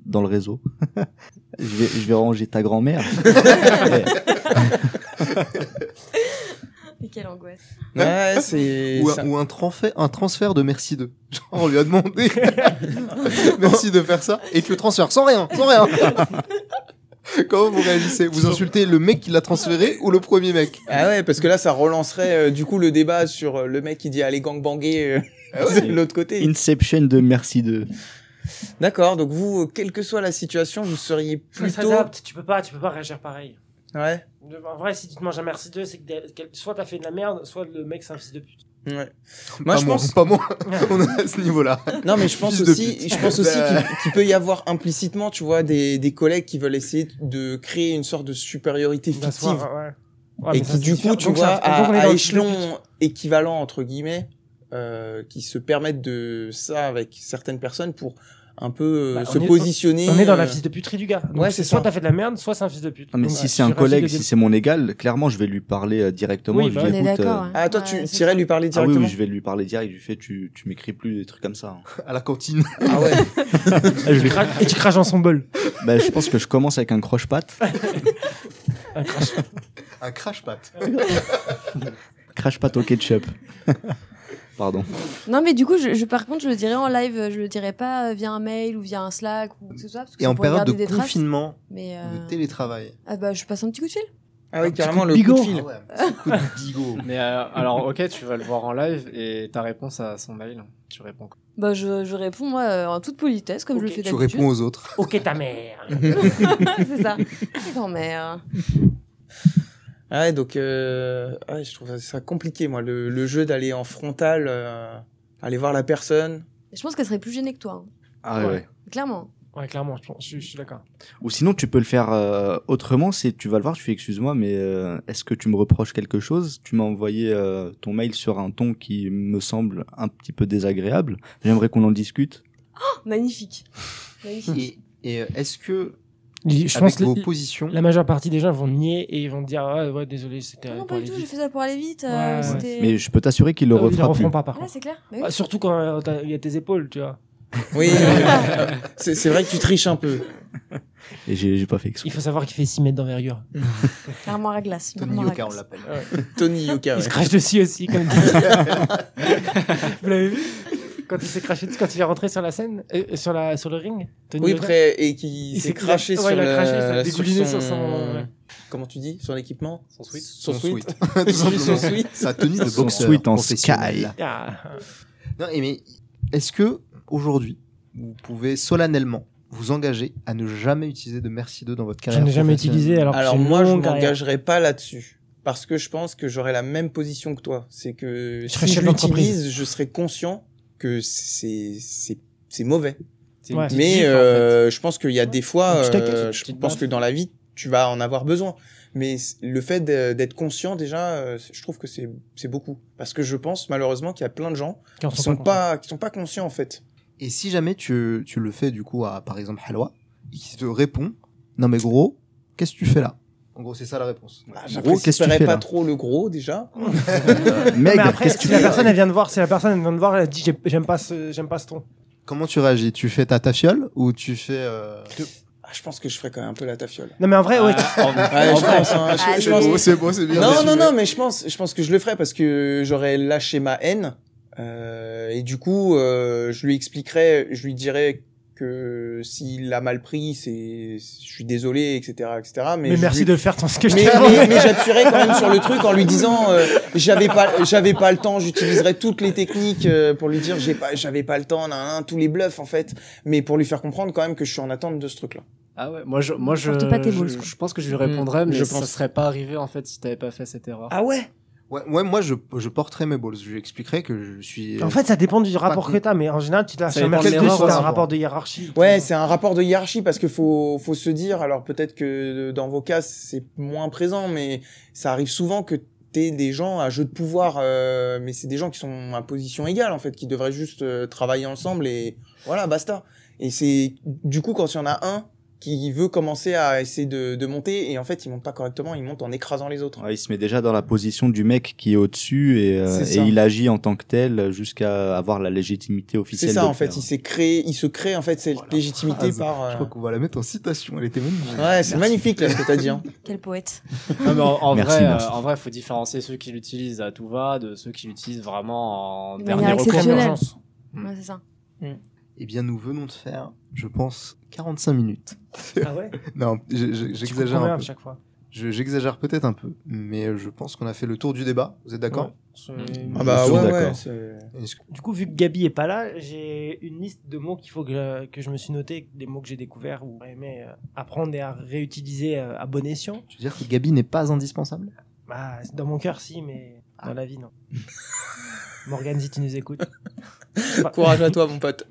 dans le réseau. je, vais, je vais ranger ta grand-mère. Mais Et quelle angoisse. Ouais, c'est. Ou, c'est- un, ou un, transfert, un transfert de merci de. Genre, on lui a demandé merci de faire ça et tu le transfères sans rien, sans rien. Comment vous réagissez Vous insultez le mec qui l'a transféré ou le premier mec Ah ouais, parce que là, ça relancerait euh, du coup le débat sur euh, le mec qui dit allez gangbanger Ah euh, de l'autre côté. Eh, Inception de merci de. D'accord, donc vous, euh, quelle que soit la situation, vous seriez Tu plutôt. s'adapte, tu peux pas, tu peux pas réagir pareil. Ouais. En vrai, si tu te manges un merci d'eux, c'est que des- quel- soit t'as fait de la merde, soit le mec, c'est un fils de pute. Ouais. Moi, pas je moi, pense. pas moi. on est à ce niveau-là. Non, mais je pense Fils de aussi, pute. je pense aussi Euh. qu'il qu'il peut y avoir implicitement, tu vois, des, des collègues qui veulent essayer de créer une sorte de supériorité fictive D'asseoir, ouais. Ouais, et ah, mais ça, qui, c'est du différent. coup, tu Donc, vois, ça- donc, à, on est à dans le fils de pute. échelon équivalent entre guillemets, euh, qui se permettent de ça avec certaines personnes pour un peu euh, Bah, on se est- positionner. On est dans la euh, fils de puterie du gars. Donc, Ouais, c'est Soit ça. t'as fait de la merde, soit c'est un fils de pute. Ah, mais Donc, si ouais, c'est tu un réagis collègue, de- si c'est mon égal, clairement, je vais lui parler euh, directement. Oui, je bah lui oui. On dis, est écoute, euh, d'accord. hein. ouais. Ah, toi, Ouais, tu c'est irais lui parler Ah oui, directement. oui, je vais lui parler direct. Je lui fais, tu, tu m'écris plus des trucs comme ça. hein. À la cantine. Ah ouais. Ah, je, Tu craches- Et tu craches dans son bol. bah, je pense que je commence avec un croche-patte. Un crache. Un crash pat. Crash-patte au ketchup. Pardon. Non, mais du coup, je, je- par contre, je le dirais en live, euh, je le dirais pas euh, via un mail ou via un Slack ou quoi que ce soit. Parce que Et ça en pourrait période de garder des traces. confinement, Mais de euh, télétravail. ah bah, je passe un petit coup de fil. Ah oui, petit carrément coup de le coup de bigot. fil. ouais, un petit coup de bigot. Mais euh, alors, ok, tu vas le voir en live et ta réponse à son mail, tu réponds quoi Bah, je, je réponds, moi, euh, en toute politesse, comme Ok. je le fais Tu d'habitude. réponds aux autres. Ok, ta mère. c'est ça. euh, Grand-mère. Ah ouais, donc euh, ah ouais, je trouve ça compliqué moi le, le jeu d'aller en frontal, euh, aller voir la personne. Je pense qu'elle serait plus gênée que toi. hein. Ah ouais. Ouais. ouais. Clairement. Ouais, clairement, je, pense- je- je suis d'accord. Ou sinon, tu peux le faire euh, autrement. C'est tu vas le voir, tu fais excuse-moi, mais euh, est-ce que tu me reproches quelque chose Tu m'as envoyé euh, ton mail sur un ton qui me semble un petit peu désagréable. J'aimerais qu'on en discute. Magnifique. Magnifique. Et, et euh, est-ce que, Je avec pense que vos positions, la majeure partie des gens vont nier et ils vont dire ah, ouais désolé c'était Non, euh, non, pour pas du aller tout, j'ai vite. fait ça pour aller vite. euh, Ouais, ouais. c'était- Mais je peux t'assurer qu'il le Ah oui, ils le refera plus. referont pas par Ouais, contre. c'est clair. Bah oui. Ah, surtout quand euh, t'as- il y a tes épaules, tu vois. Oui, euh, c'est c'est vrai que tu triches un peu. Et j'ai j'ai pas fait exprès. Il faut savoir qu'il fait 6 mètres d'envergure. L'armoire à glace. Tony l'armoire à Yoka, on glace. l'appelle. Tony Yoka. Il Ah ouais. se crache dessus aussi. Comme... Vous l'avez vu Quand il s'est craché dessus, quand il est rentré sur la scène, euh, euh, sur, la, sur le ring Tony Oui, Yoka près, et qui Il s'est s'est- craché ouais, sur il a le- craché, ça a sur dégouliné son- sur son- ouais. Comment tu dis Sur l'équipement Son suite Son Son suite. sweat. Tout Son simplement. suite. Sa tenue de Son boxeur sweat en professionnel. sky. Ah, Non, et mais est-ce que aujourd'hui vous pouvez solennellement vous engager à ne jamais utiliser de merci 2 dans votre Je carrière n'ai jamais professionnelle utilisé. Alors, que Alors j'ai une moi, je longue carrière. m'engagerai pas là-dessus. Parce que je pense que j'aurai la même position que toi. C'est que serais si chef je l'utilise, d'entreprise. je serai conscient que c'est c'est c'est mauvais. C'est une Ouais. petite Mais gifle, en fait. euh, je pense qu'il y a des fois, Une petite euh, taquette, une je petite pense baffe. que dans la vie, tu vas en avoir besoin. Mais c- le fait de- d'être conscient déjà, euh, je trouve que c'est c'est beaucoup. Parce que je pense malheureusement qu'il y a plein de gens Qui en qui sont contents. pas qui sont pas conscients en fait. Et si jamais tu, tu le fais du coup à par exemple Halwa, et qu'il te répond Non mais gros, qu'est-ce que tu fais là En gros, c'est ça la réponse. Euh, Ah, Gros, qu'est-ce que tu j'apprécierais fais pas là trop le gros déjà. Mais Maigre, après, qu'est-ce que si tu la fais là personne elle vient de voir, si la personne elle vient de voir, elle dit j'ai- j'aime pas ce, j'aime pas ce ton. Comment tu réagis Tu fais ta tafiole ou tu fais. euh, Ah, je pense que je ferais quand même un peu la tafiole. Non mais en vrai, ouais. Ah Ah, Ouais, je pense. hein, je- Ah, je non, pense- mais- c'est beau, c'est bien. Non, c'est non, super. non, mais je pense, je pense que je le ferai parce que j'aurais lâché ma haine. euh, et du coup, euh, je lui expliquerai, je lui dirai que s'il l'a mal pris, c'est, je suis désolé, etc., etc. Mais, Mais, je merci lui- de le faire, tant ce que je Mais, t'ai mais, mais j'appuierai quand même sur le truc en lui disant euh, j'avais pas j'avais pas le temps j'utiliserai toutes les techniques euh, pour lui dire j'ai pas j'avais pas le temps nan, nan, tous les bluffs en fait mais pour lui faire comprendre quand même que je suis en attente de ce truc là Ah ouais, moi je, moi je, Porte pas tes je- balls, je, quoi. pense que je lui répondrais, Mm, mais je ça pense. serait pas arrivé en fait si t'avais pas fait cette Ah erreur. ouais Ouais, ouais, moi je, je porterai mes balls. Je lui expliquerai que je suis. En fait, ça dépend du rapport con. que t'as, mais en général, tu te lâches Ça un dépend merci de de l'erreur si t'as un aussi. rapport de hiérarchie. Ouais, c'est un rapport de hiérarchie parce que faut faut se dire alors peut-être que euh, dans vos cas c'est moins présent mais ça arrive souvent que t'es des gens à jeu de pouvoir euh, mais c'est des gens qui sont à position égale en fait qui devraient juste euh, travailler ensemble et voilà basta. Et c'est du coup quand il y en a un qui veut commencer à essayer de, de monter et en fait il monte pas correctement, il monte en écrasant les autres. Ouais, il se met déjà dans la position du mec qui est au-dessus et, euh, C'est et ça. il agit en tant que tel jusqu'à avoir la légitimité officielle. C'est ça de en le fait, faire. il s'est créé, il se crée en fait cette Voilà. légitimité Phrase. par. euh, Je crois qu'on va la mettre en citation. Elle était magnifique. Ouais, c'est magnifique là ce que t'as dit. Hein. Quel poète. Non, mais en, en Merci, vrai, merci. euh, en vrai, faut différencier ceux qui l'utilisent à tout va de ceux qui l'utilisent vraiment en De dernier manière recours. exceptionnelle. urgence. Mm. Ouais, c'est ça. Eh bien, nous venons de faire, je pense, 45 minutes. Ah ouais. Non, je- je- Tu coupes j'exagère combien un à peu. chaque fois. Je- J'exagère peut-être un peu, mais je pense qu'on a fait le tour du débat. Vous êtes d'accord Ouais. C'est- Mm. Ah bah suis ouais, ouais. d'accord. c'est- Est-ce que- Du coup, vu que Gabi est pas là, j'ai une liste de mots qu'il faut que, que je me suis noté, des mots que j'ai découverts ou j'aurais aimé euh, apprendre et à réutiliser euh, à bon escient. Tu veux dire que Gabi n'est pas indispensable Bah, dans mon cœur, si, mais dans la vie, non. Morgane, si tu nous écoutes. Bah, Courage à toi mon pote.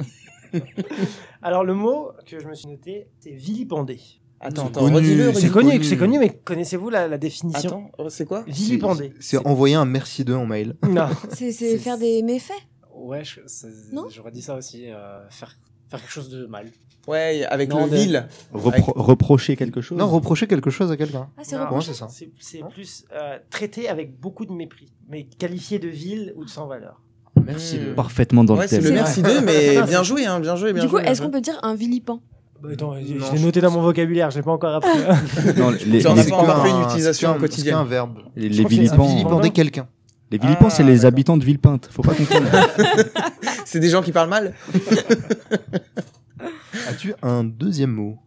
Alors, le mot que je me suis noté, c'est vilipender. Attends, C'est attends, connu, redis-le, c'est redis-le. C'est connu, connu. c'est connu, mais connaissez-vous la, la définition Attends, euh, c'est quoi Vilipender. C'est c'est envoyer un merci 2 en mail. Non. C'est C'est- c'est faire des méfaits. Ouais, je- c'est- Non j'aurais dit ça aussi, euh, faire, faire quelque chose de mal. Ouais, avec Non, le de- vil. Repro- reprocher quelque chose. Non, reprocher quelque chose à quelqu'un. Ah, c'est Non. repos- Pour moi, c'est ça. C'est c'est plus euh, traité avec beaucoup de mépris, mais qualifié de vil ou de sans valeur. Merci C'est parfaitement dans Hmm. Ouais, le c'est thème. le merci C'est d'eux, mais bien joué, hein, bien joué, bien Du coup, joué, bien est-ce joué. qu'on peut dire un vilipan Bah, attends, je- Non, je je l'ai je- noté dans mon vocabulaire, je l'ai pas encore appris. Non, les, les, J'en ai pas C'est que encore fait une un- utilisation c'est que un- quotidienne. C'est un verbe. les je crois que c'est Un vilipends, invisible. vilipender quelqu'un. les vilipends, c'est Ah, les d'accord. habitants de Villepinte. Faut pas confondre. C'est des gens qui parlent mal As-tu un deuxième mot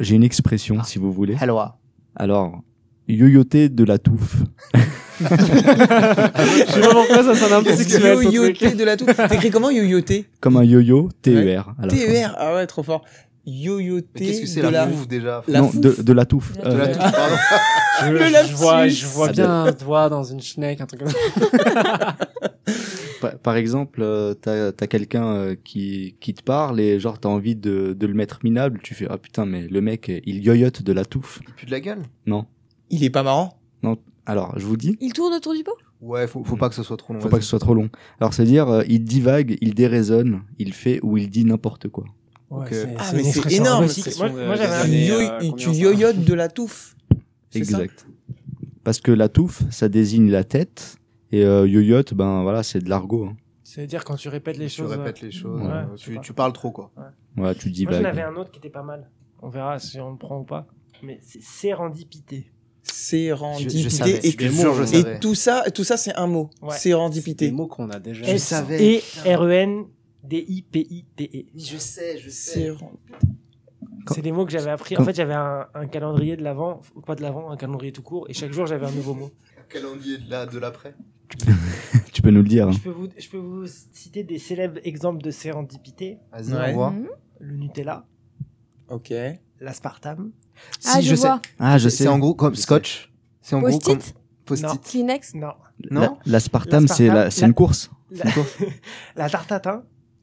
J'ai une expression, si vous voulez. Halwa. Alors, yoyoter de la touffe. Je sais pas pourquoi ça sonne un peu sexuel. ce truc. Yo-yoté de la toux. T'écris comment yo-yoté Comme un yo-yo, TER. à la fin. T-E-R. Ah ouais, trop fort. Mais qu'est-ce Yo-yoté que de c'est la Euh, la bouffe déjà La non, fouffe. de, de la touffe. De De la Euh, touffe, pardon. Je, Le je lapsus. vois, je vois Ah, bien un doigt dans une schneck, un truc comme ça. pa- par exemple, euh, t'as t'as quelqu'un euh, qui, qui te parle et genre t'as envie de, de le mettre minable. Tu fais ah putain mais le mec il yoyote de la touffe. Il pue de la gueule Non. Il est pas marrant Alors je vous dis, Il tourne autour du pot Ouais, faut, faut pas que ce soit trop long. faut pas vas-y. que ce soit trop long. Alors c'est à dire euh, il divague, il déraisonne, il fait ou il dit n'importe quoi. Ouais, Ok. c'est- Ah, c'est mais une c'est expression énorme, linguistique. c'est- Moi, c'est- moi, j'avais un- c'est- Yo- euh, combien Tu ça yoyotes de la touffe. C'est ça Exact. Parce que la touffe ça désigne la tête et euh, yoyote ben voilà c'est de l'argot. hein. C'est-à-dire quand tu répètes les Tu choses. répètes les choses. Ouais, euh, je sais tu, pas. tu parles trop quoi. Voilà tu Moi, j'en avais divagues. un autre qui était pas mal. On verra si on le prend ou pas. Mais c'est sérendipité. Je- je savais, Sérendipité. je Et, te jure, je savais. et tout ça, tout ça c'est un mot. Ouais. Des Sérendipité. mots qu'on a déjà. Je S- E savais. Et R-E-N-D-I-P-I-T-E. Je sais, je Séren- E. C'est des mots que j'avais appris. En Quand- fait, j'avais un, un calendrier de l'avant, ou pas de l'avant, un calendrier tout court, et chaque jour j'avais un nouveau mot. Calendrier de la- de l'après. Tu peux nous le dire. hein. Je peux vous, je peux vous citer des célèbres exemples de sérendipité Vas-y, Ouais. on voit. Mhm. le Nutella, Ok. l'aspartame. Si, je, sais. vois. Ah, je sais. C'est en gros comme Je scotch. C'est en gros comme Post-it post-it. Kleenex Non. Non. La- L'aspartame, c'est L'aspartame, la- c'est la- une course. La, la tarte à thym.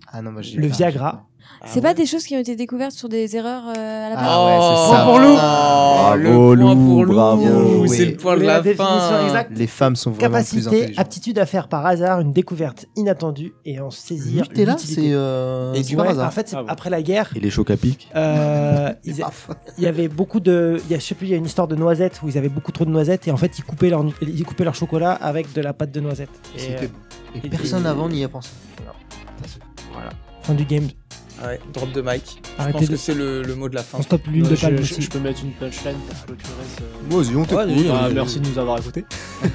Ah non, moi j'ai Le pas- Viagra. Ah C'est pas ouais. des choses qui ont été découvertes sur des erreurs euh, à la Ah base ouais, c'est ça. Point pour Lou. Ah, Oh, le bravo, point Lou, pour Lou. bravo. Bien joué. C'est le point de Mais la, définition fin. exacte. Les femmes sont vraiment plus Capacité, intelligentes. aptitude à faire par hasard une découverte inattendue et en saisir Nutella, c'est l'utilité. euh, Et c'est du par Ouais, hasard. en fait, c'est Ah bon. après la guerre, Et les chocs à pic. euh, ils- Paf. il y avait beaucoup de, il y a, je sais plus, il y a une histoire de noisettes où ils avaient beaucoup trop de noisettes et en fait ils coupaient leur, nu- ils coupaient leur chocolat avec de la pâte de noisette. Et, C'était- euh, Et et- personne et- avant n'y a pensé. fin du game. Ah Ouais, drop de mic. Je Arrêtez pense de- que c'est le, le mot de la fin. On stoppe l'huile Euh, de je- palme je, aussi. je peux mettre une punchline pour clôturer ce. Vas-y, on t'écoute. vas-y, Ah, vas-y. merci de nous avoir écoutés.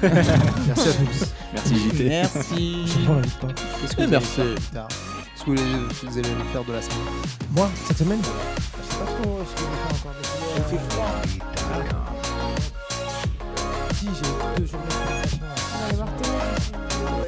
Merci à tous. Merci JT. Merci. Je prends la hein. vie, pardon. Qu'est-ce Eh, que vous allez merci. faire plus tard Est-ce que vous allez- vous allez le faire de la semaine Moi, cette semaine, je sais pas trop ce que je vais faire encore. mais- Il fait froid. Si, j'ai deux journées de préparation. On va aller voir Ténet.